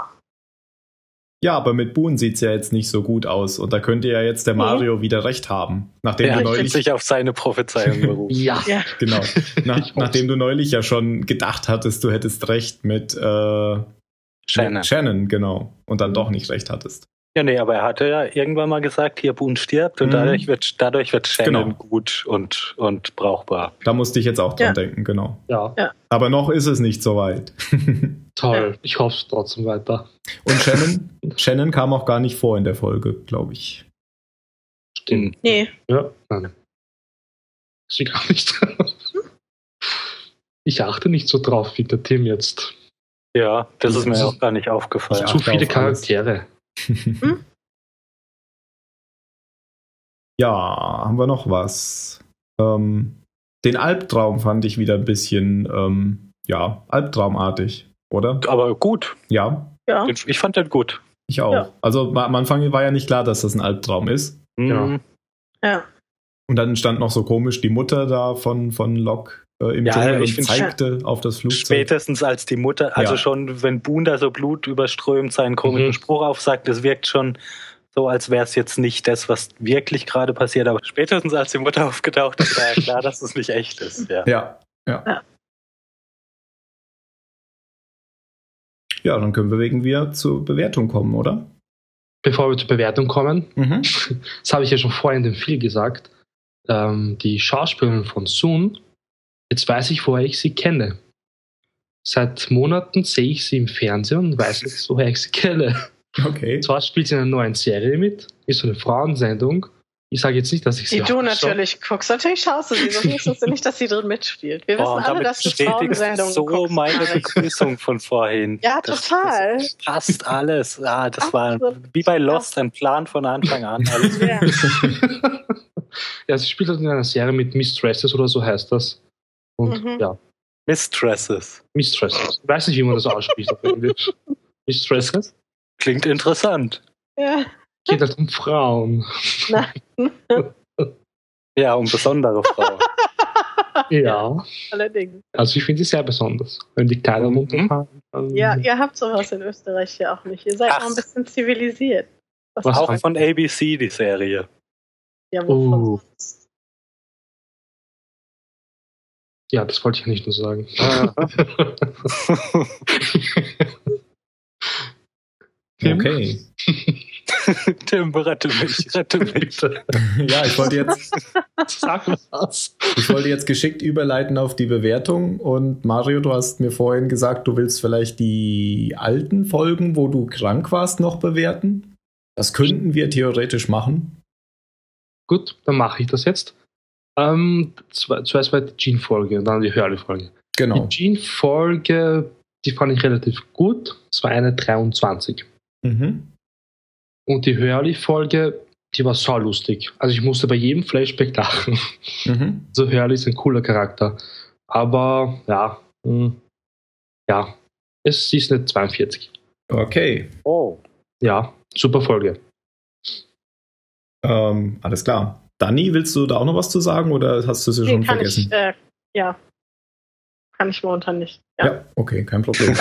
Speaker 2: ja, aber mit Boon sieht es ja jetzt nicht so gut aus. Und da könnte ja jetzt der
Speaker 3: Nee.
Speaker 2: Mario wieder recht haben. Nachdem
Speaker 4: Der
Speaker 2: du
Speaker 4: hat
Speaker 2: neulich
Speaker 4: sich auf seine Prophezeiung berufen.
Speaker 1: Ja.
Speaker 3: Ja.
Speaker 2: Genau.
Speaker 1: Ich
Speaker 2: Nach,
Speaker 1: hoff's.
Speaker 2: nachdem du neulich ja schon gedacht hattest, du hättest recht mit, äh,
Speaker 4: Shannon.
Speaker 2: mit Shannon, genau. Und dann doch nicht recht hattest.
Speaker 4: Ja, nee, aber er hatte ja irgendwann mal gesagt, hier Boone stirbt und
Speaker 2: Mhm.
Speaker 4: dadurch wird dadurch wird Shannon
Speaker 2: Genau.
Speaker 4: gut und, und brauchbar.
Speaker 2: Da musste ich jetzt auch dran
Speaker 3: Ja.
Speaker 2: denken, genau.
Speaker 1: Ja,
Speaker 2: Aber noch ist es nicht so weit. Und
Speaker 1: toll. Ich hoffe es trotzdem weiter.
Speaker 2: Shannon, Shannon kam auch gar nicht vor in der Folge, glaube ich.
Speaker 1: Stimmt.
Speaker 3: Nee,
Speaker 1: Ja, nein. Sie gar nicht. Ich achte nicht so drauf wie der Tim jetzt.
Speaker 4: Ja, das ist mir
Speaker 1: Ja.
Speaker 4: auch gar nicht aufgefallen.
Speaker 2: Ich
Speaker 1: Zu
Speaker 2: achte
Speaker 1: viele
Speaker 2: auf alles.
Speaker 1: Charaktere.
Speaker 2: Hm?
Speaker 3: Hm?
Speaker 2: Ja, haben wir noch was? Ähm, den Albtraum fand ich wieder ein bisschen, ähm, ja, albtraumartig, oder?
Speaker 4: Aber gut,
Speaker 2: Ja,
Speaker 3: ja.
Speaker 4: Den- ich fand das gut.
Speaker 2: ich auch.
Speaker 3: Ja.
Speaker 2: Also ma- am Anfang war ja nicht klar, dass das ein Albtraum ist.
Speaker 4: Mhm.
Speaker 1: Ja.
Speaker 3: Ja.
Speaker 2: Und dann stand noch so komisch die Mutter da von, von Locke äh, im
Speaker 4: Ja,
Speaker 2: Dschungel
Speaker 4: ich
Speaker 2: und
Speaker 4: find's
Speaker 2: zeigte auf das Flugzeug.
Speaker 4: Spätestens als die Mutter, also
Speaker 2: Ja.
Speaker 4: schon, wenn Boone da so Blut überströmt seinen komischen
Speaker 1: Mhm.
Speaker 4: Spruch aufsagt, das wirkt schon so, als wäre es jetzt nicht das, was wirklich gerade passiert. Aber spätestens als die Mutter aufgetaucht ist, war ja klar, dass es nicht echt ist. Ja.
Speaker 2: Ja, ja.
Speaker 3: Ja.
Speaker 2: Ja, dann können wir wegen wir zur Bewertung kommen, oder?
Speaker 1: Bevor wir zur Bewertung kommen,
Speaker 2: Mhm.
Speaker 1: das habe ich ja schon vorher in dem Film gesagt, ähm, die Schauspielerin von Soon, jetzt weiß ich, woher ich sie kenne. Seit Monaten sehe ich sie im Fernsehen und weiß jetzt, woher ich sie kenne.
Speaker 2: Okay.
Speaker 1: Zwar spielt sie in einer neuen Serie mit, ist so eine Frauensendung. Ich sage jetzt nicht, dass ich sie
Speaker 3: Die du
Speaker 1: auch-
Speaker 3: natürlich guckst. Natürlich schaust du sie, sonst wüsstest du nicht, dass sie drin mitspielt. Wir
Speaker 4: Boah,
Speaker 3: wissen alle, dass du Frauensendungen
Speaker 4: so
Speaker 3: guckst.
Speaker 4: meine
Speaker 3: Marek.
Speaker 4: Begrüßung von vorhin.
Speaker 3: Ja,
Speaker 4: Das-
Speaker 3: total.
Speaker 4: Das passt alles. Ah, das war
Speaker 3: Absolut.
Speaker 4: wie bei Lost ein Plan von Anfang an. Alles
Speaker 3: Ja.
Speaker 1: ja, sie spielt halt in einer Serie mit Mistresses oder so heißt das. Und
Speaker 3: Mhm.
Speaker 1: ja,
Speaker 4: Mistresses.
Speaker 1: Mistresses. Ich weiß nicht, wie man das ausspricht auf Englisch. Mistresses?
Speaker 4: Klingt interessant.
Speaker 3: Ja.
Speaker 1: Geht halt um Frauen.
Speaker 4: Ja, und besondere Frau.
Speaker 1: Ja.
Speaker 3: Allerdings.
Speaker 1: Also ich finde sie sehr besonders. Wenn die Kleider
Speaker 4: Mhm.
Speaker 1: runterfallen. dann-
Speaker 3: Ja, ihr habt sowas in Österreich ja auch nicht. Ihr seid
Speaker 4: Ach.
Speaker 3: noch ein bisschen zivilisiert. Das
Speaker 1: Was
Speaker 4: Auch
Speaker 1: heißt-
Speaker 4: von ABC die Serie.
Speaker 3: ja wovon
Speaker 1: Uh.
Speaker 3: sonst?
Speaker 1: ja, das wollte ich ja nicht nur sagen. Tim?
Speaker 2: Okay.
Speaker 4: Tim, rette mich, rette mich.
Speaker 1: Bitte,
Speaker 2: Ja, ich wollte jetzt,
Speaker 1: sag was.
Speaker 2: ich wollte jetzt geschickt überleiten auf die Bewertung. Und Mario, du hast mir vorhin gesagt, du willst vielleicht die alten Folgen, wo du krank warst, noch bewerten. Das könnten wir theoretisch machen.
Speaker 1: Gut, dann mache ich das jetzt. Ähm, zwe- zuerst mal die Jean-Folge und dann die Hurley-Folge.
Speaker 2: Genau.
Speaker 1: Die Jean-Folge, die fand ich relativ gut. Es war eine 23.
Speaker 2: Mhm.
Speaker 1: Und die Hurley-Folge, die war so lustig. Also ich musste bei jedem Flashback lachen.
Speaker 2: Mhm.
Speaker 1: Also Hurley ist ein cooler Charakter. Aber ja, mh, ja, es sie ist eine 42.
Speaker 2: Okay.
Speaker 4: Oh.
Speaker 1: Ja, super Folge.
Speaker 2: Ähm, alles klar. Dani, willst du da auch noch was zu sagen oder hast du sie
Speaker 3: Nee,
Speaker 2: schon
Speaker 3: kann
Speaker 2: vergessen?
Speaker 3: ich, äh, ja. Kann ich momentan nicht. Ja.
Speaker 2: ja. okay, kein Problem.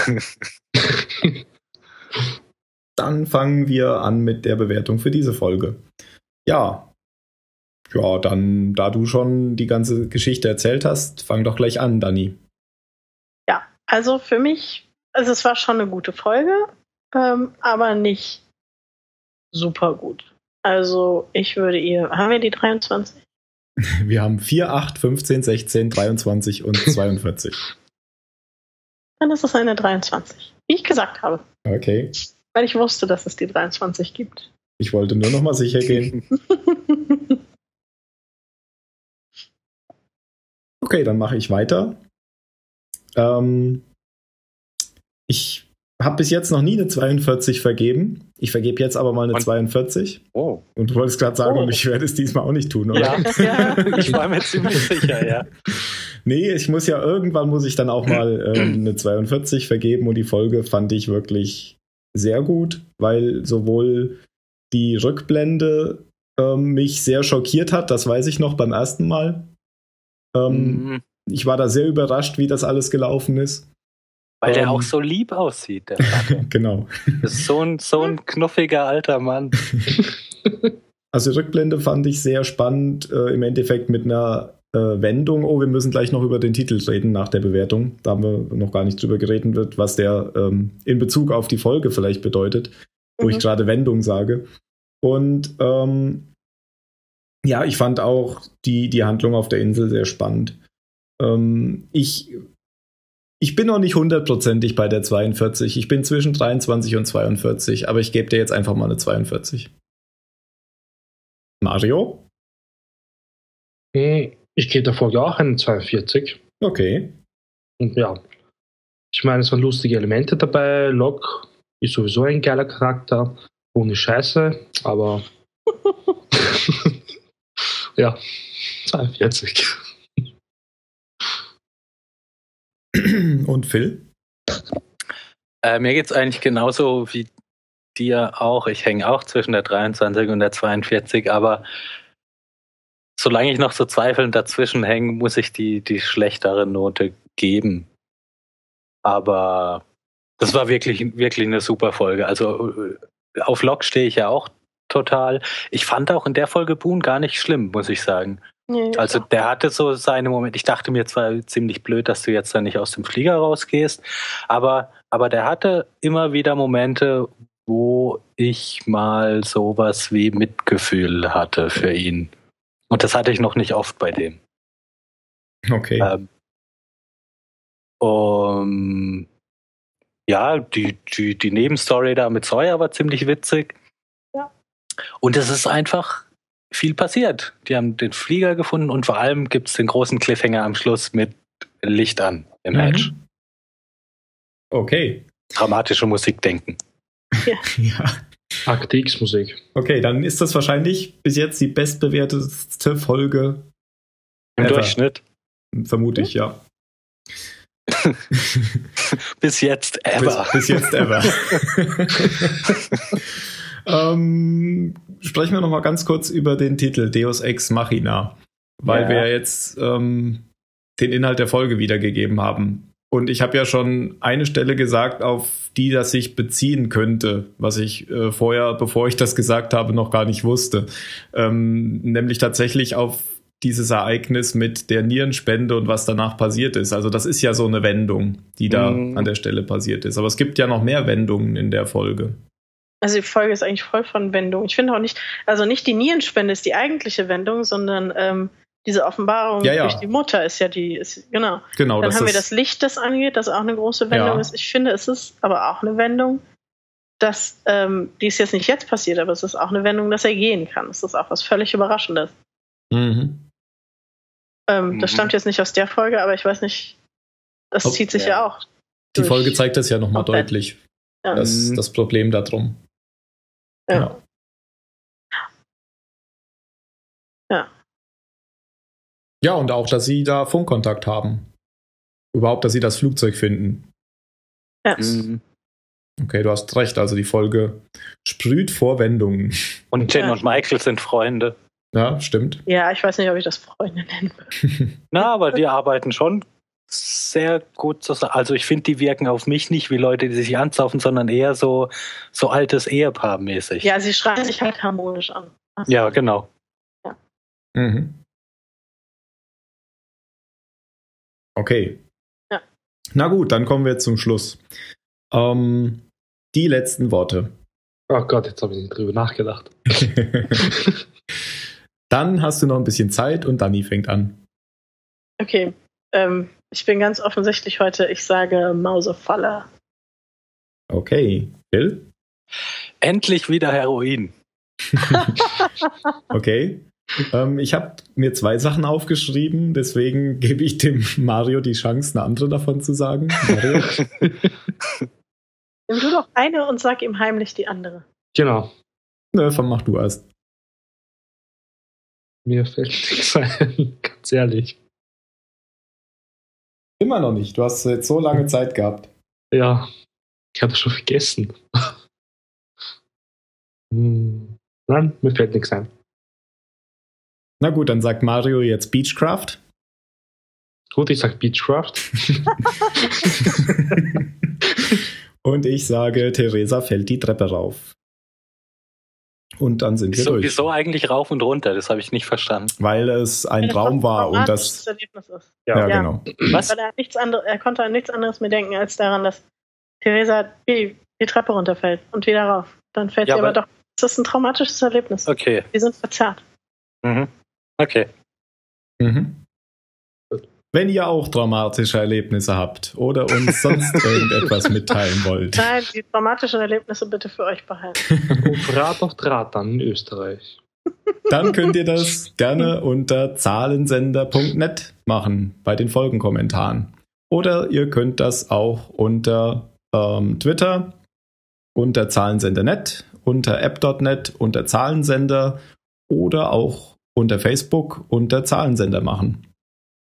Speaker 2: Dann fangen wir an mit der Bewertung für diese Folge. Ja. Ja, dann, da du schon die ganze Geschichte erzählt hast, fang doch gleich an, Dani.
Speaker 3: Also für mich, also es war schon eine gute Folge, ähm, aber nicht super gut. Also ich würde ihr, haben wir die 23?
Speaker 2: Wir haben 4, 8, 15, 16, 23 und 42.
Speaker 3: Dann ist es eine 23, wie ich gesagt habe,
Speaker 2: Okay.
Speaker 3: weil ich wusste, dass es die 23 gibt.
Speaker 2: Ich wollte nur noch mal sicher gehen. Okay, dann mache ich weiter. Ähm, ich habe bis jetzt noch nie eine 42 vergeben Ich vergebe jetzt aber mal eine
Speaker 4: Und-
Speaker 2: 42.
Speaker 4: Oh.
Speaker 2: Und du wolltest gerade sagen,
Speaker 3: Oh.
Speaker 2: und ich werde es diesmal auch nicht tun, oder?
Speaker 4: Ja,
Speaker 3: Ja.
Speaker 4: ich war mir ziemlich sicher, ja.
Speaker 2: Nee, ich muss ja irgendwann muss ich dann auch mal ähm, eine 42 vergeben und die Folge fand ich wirklich sehr gut, weil sowohl die Rückblende ähm, mich sehr schockiert hat, das weiß ich noch beim ersten Mal. Ähm,
Speaker 4: Mhm.
Speaker 2: Ich war da sehr überrascht, wie das alles gelaufen ist.
Speaker 4: Weil
Speaker 2: Ähm.
Speaker 4: der auch so lieb aussieht. Der Vater.
Speaker 2: Genau.
Speaker 4: Das ist so ein, so ein knuffiger alter Mann.
Speaker 2: Also die Rückblende fand ich sehr spannend, äh, im Endeffekt mit einer äh, Wendung. Oh, wir müssen gleich noch über den Titel reden nach der Bewertung. Da haben wir noch gar nicht drüber geredet, wird, was der ähm, in Bezug auf die Folge vielleicht bedeutet, wo ich
Speaker 3: Mhm.
Speaker 2: gerade Wendung sage. Und ähm, ja, ich fand auch die, die Handlung auf der Insel sehr spannend. Ähm, ich, ich bin noch nicht hundertprozentig bei der 42. Ich bin zwischen 23 und 42, aber ich gebe dir jetzt einfach mal eine 42. Mario?
Speaker 1: Hm, Ich gebe der Folge auch einen 42.
Speaker 2: Okay.
Speaker 1: Und ja, ich meine, es waren lustige Elemente dabei. Locke ist sowieso ein geiler Charakter. Ohne Scheiße, aber. ja, 42.
Speaker 2: Und Phil?
Speaker 4: Äh, mir geht's eigentlich genauso wie dir auch. Ich hänge auch zwischen der 23 und der 42, aber solange ich noch so zweifelnd dazwischen hänge, muss ich die, die schlechtere Note geben. Aber das war wirklich, wirklich eine super Folge. Also äh, auf Lok stehe ich ja auch total. Ich fand auch in der Folge Boone gar nicht schlimm, muss ich sagen.
Speaker 3: Nee,
Speaker 4: Also der hatte so seine Momente. Ich dachte mir zwar ziemlich blöd, dass du jetzt da nicht aus dem Flieger rausgehst, aber, aber der hatte immer wieder Momente, wo ich mal sowas wie Mitgefühl hatte für ihn. Und das hatte ich noch nicht oft bei dem.
Speaker 2: Okay.
Speaker 4: Ähm, ähm, ja, die, die, die Nebenstory da mit Sawyer war ziemlich witzig.
Speaker 3: Ja.
Speaker 4: Und es ist einfach viel passiert. Die haben den Flieger gefunden und vor allem gibt es den großen Cliffhanger am Schluss mit Licht an im
Speaker 3: Mhm.
Speaker 4: Edge.
Speaker 2: Mhm. Okay.
Speaker 4: Dramatische Musik denken.
Speaker 2: Ja.
Speaker 1: Akte X-Musik.
Speaker 2: Okay, dann ist das wahrscheinlich bis jetzt die bestbewertete Folge,
Speaker 4: Im
Speaker 2: Ever.
Speaker 4: Durchschnitt.
Speaker 2: vermute ich, ja.
Speaker 4: Bis jetzt ever.
Speaker 2: Bis, bis jetzt ever. ähm, sprechen wir noch mal ganz kurz über den Titel Deus Ex Machina, weil
Speaker 4: Ja.
Speaker 2: wir jetzt ähm, den Inhalt der Folge wiedergegeben haben. Und ich habe ja schon eine Stelle gesagt, auf die das sich beziehen könnte, was ich äh, vorher, bevor ich das gesagt habe, noch gar nicht wusste. Ähm, nämlich tatsächlich auf dieses Ereignis mit der Nierenspende und was danach passiert ist. Also das ist ja so eine Wendung, die da
Speaker 4: Mhm.
Speaker 2: an der Stelle passiert ist. Aber es gibt ja noch mehr Wendungen in der Folge.
Speaker 3: Also die Folge ist eigentlich voll von Wendungen. Ich finde auch nicht, also nicht die Nierenspende ist die eigentliche Wendung, sondern ähm, diese Offenbarung
Speaker 2: Ja, ja.
Speaker 3: durch die Mutter ist ja die, ist, genau.
Speaker 2: Genau,
Speaker 3: Dann
Speaker 2: das
Speaker 3: haben wir
Speaker 2: ist
Speaker 3: das Licht, das angeht, das auch eine große Wendung
Speaker 2: Ja.
Speaker 3: ist. Ich finde, es ist aber auch eine Wendung, dass, ähm, die ist jetzt nicht jetzt passiert, aber es ist auch eine Wendung, dass er gehen kann. Es ist auch was völlig Überraschendes.
Speaker 2: Mhm.
Speaker 3: Ähm, Das
Speaker 4: Mhm.
Speaker 3: stammt jetzt nicht aus der Folge, aber ich weiß nicht, das
Speaker 2: Ob-
Speaker 3: zieht sich ja,
Speaker 4: Ja.
Speaker 3: auch.
Speaker 2: Oh, Die
Speaker 3: durch.
Speaker 2: Folge zeigt das ja nochmal
Speaker 3: Okay.
Speaker 2: deutlich.
Speaker 3: Ja.
Speaker 2: Das, genau. das Problem darum.
Speaker 3: Ja.
Speaker 2: Ja.
Speaker 3: Ja.
Speaker 2: Ja, und auch, dass sie da Funkkontakt haben. Überhaupt, dass sie das Flugzeug finden.
Speaker 3: Ja.
Speaker 4: Mhm.
Speaker 2: Okay, du hast recht. Also die Folge sprüht vor Wendungen.
Speaker 4: Und Jen
Speaker 3: Ja.
Speaker 4: und Michael sind Freunde.
Speaker 2: Ja, stimmt.
Speaker 3: ja, ich weiß nicht, ob ich das Freunde nennen würde.
Speaker 4: Na, aber die arbeiten schon sehr gut zusammen. Also ich finde, die wirken auf mich nicht wie Leute, die sich anzaufen, sondern eher so, so altes Ehepaar mäßig.
Speaker 3: Ja, sie schreien sich halt harmonisch an.
Speaker 4: ja genau.
Speaker 2: Mhm. Okay.
Speaker 3: Ja.
Speaker 2: Na gut, dann kommen wir zum Schluss. Ähm, die letzten Worte.
Speaker 1: Oh Gott, jetzt habe ich nicht drüber nachgedacht.
Speaker 2: dann hast du noch ein bisschen Zeit und Dani fängt an.
Speaker 3: Okay, ähm, ich bin ganz offensichtlich heute, ich sage Mausefalle.
Speaker 2: Okay. Bill?
Speaker 4: Endlich wieder Heroin.
Speaker 2: Okay. ähm, ich habe mir zwei Sachen aufgeschrieben, deswegen gebe ich dem Mario die Chance, eine andere davon zu sagen. Mario?
Speaker 3: Nimm du doch eine und sag ihm heimlich die andere.
Speaker 1: Genau.
Speaker 2: Ne, vermach du erst.
Speaker 1: Mir fällt nichts ein, ganz ehrlich.
Speaker 2: Immer noch nicht. Du hast jetzt so lange Zeit gehabt.
Speaker 1: Ja, ich habe schon vergessen. Hm, Nein, mir fällt nichts ein.
Speaker 2: Na gut, dann sagt Mario jetzt Beechcraft.
Speaker 1: Gut, ich sag Beechcraft.
Speaker 2: Und ich sage, Theresa fällt die Treppe rauf. Und dann sind wir
Speaker 4: Wieso,
Speaker 2: durch.
Speaker 4: wieso eigentlich rauf und runter? Das habe ich nicht verstanden.
Speaker 2: Weil es ein Traum war und das.
Speaker 3: Erlebnis ist.
Speaker 2: Ja,
Speaker 3: Ja.
Speaker 2: genau.
Speaker 4: Was?
Speaker 3: Weil er, hat nichts andere, er konnte an nichts anderes mehr denken, als daran, dass Theresa die, die Treppe runterfällt und wieder rauf. Dann fällt
Speaker 4: Ja,
Speaker 3: sie aber,
Speaker 4: aber-
Speaker 3: doch. Das ist ein traumatisches Erlebnis.
Speaker 4: Okay.
Speaker 3: Wir sind verzerrt.
Speaker 4: Mhm. Okay.
Speaker 2: Mhm. Wenn ihr auch dramatische Erlebnisse habt oder uns sonst irgendetwas mitteilen wollt.
Speaker 3: Nein, die traumatischen Erlebnisse bitte für euch behalten.
Speaker 1: Und Draht auf Draht dann in Österreich.
Speaker 2: dann könnt ihr das gerne unter zahlensender.net machen bei den Folgenkommentaren. Oder ihr könnt das auch unter ähm, Twitter, unter zahlensender.net, unter app.net, unter Zahlensender oder auch unter Facebook unter Zahlensender machen.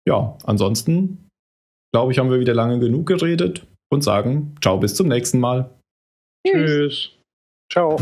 Speaker 2: Ja, ansonsten glaube ich, haben wir wieder lange genug geredet und sagen ciao bis zum nächsten Mal.
Speaker 1: Tschüss.
Speaker 4: Ciao.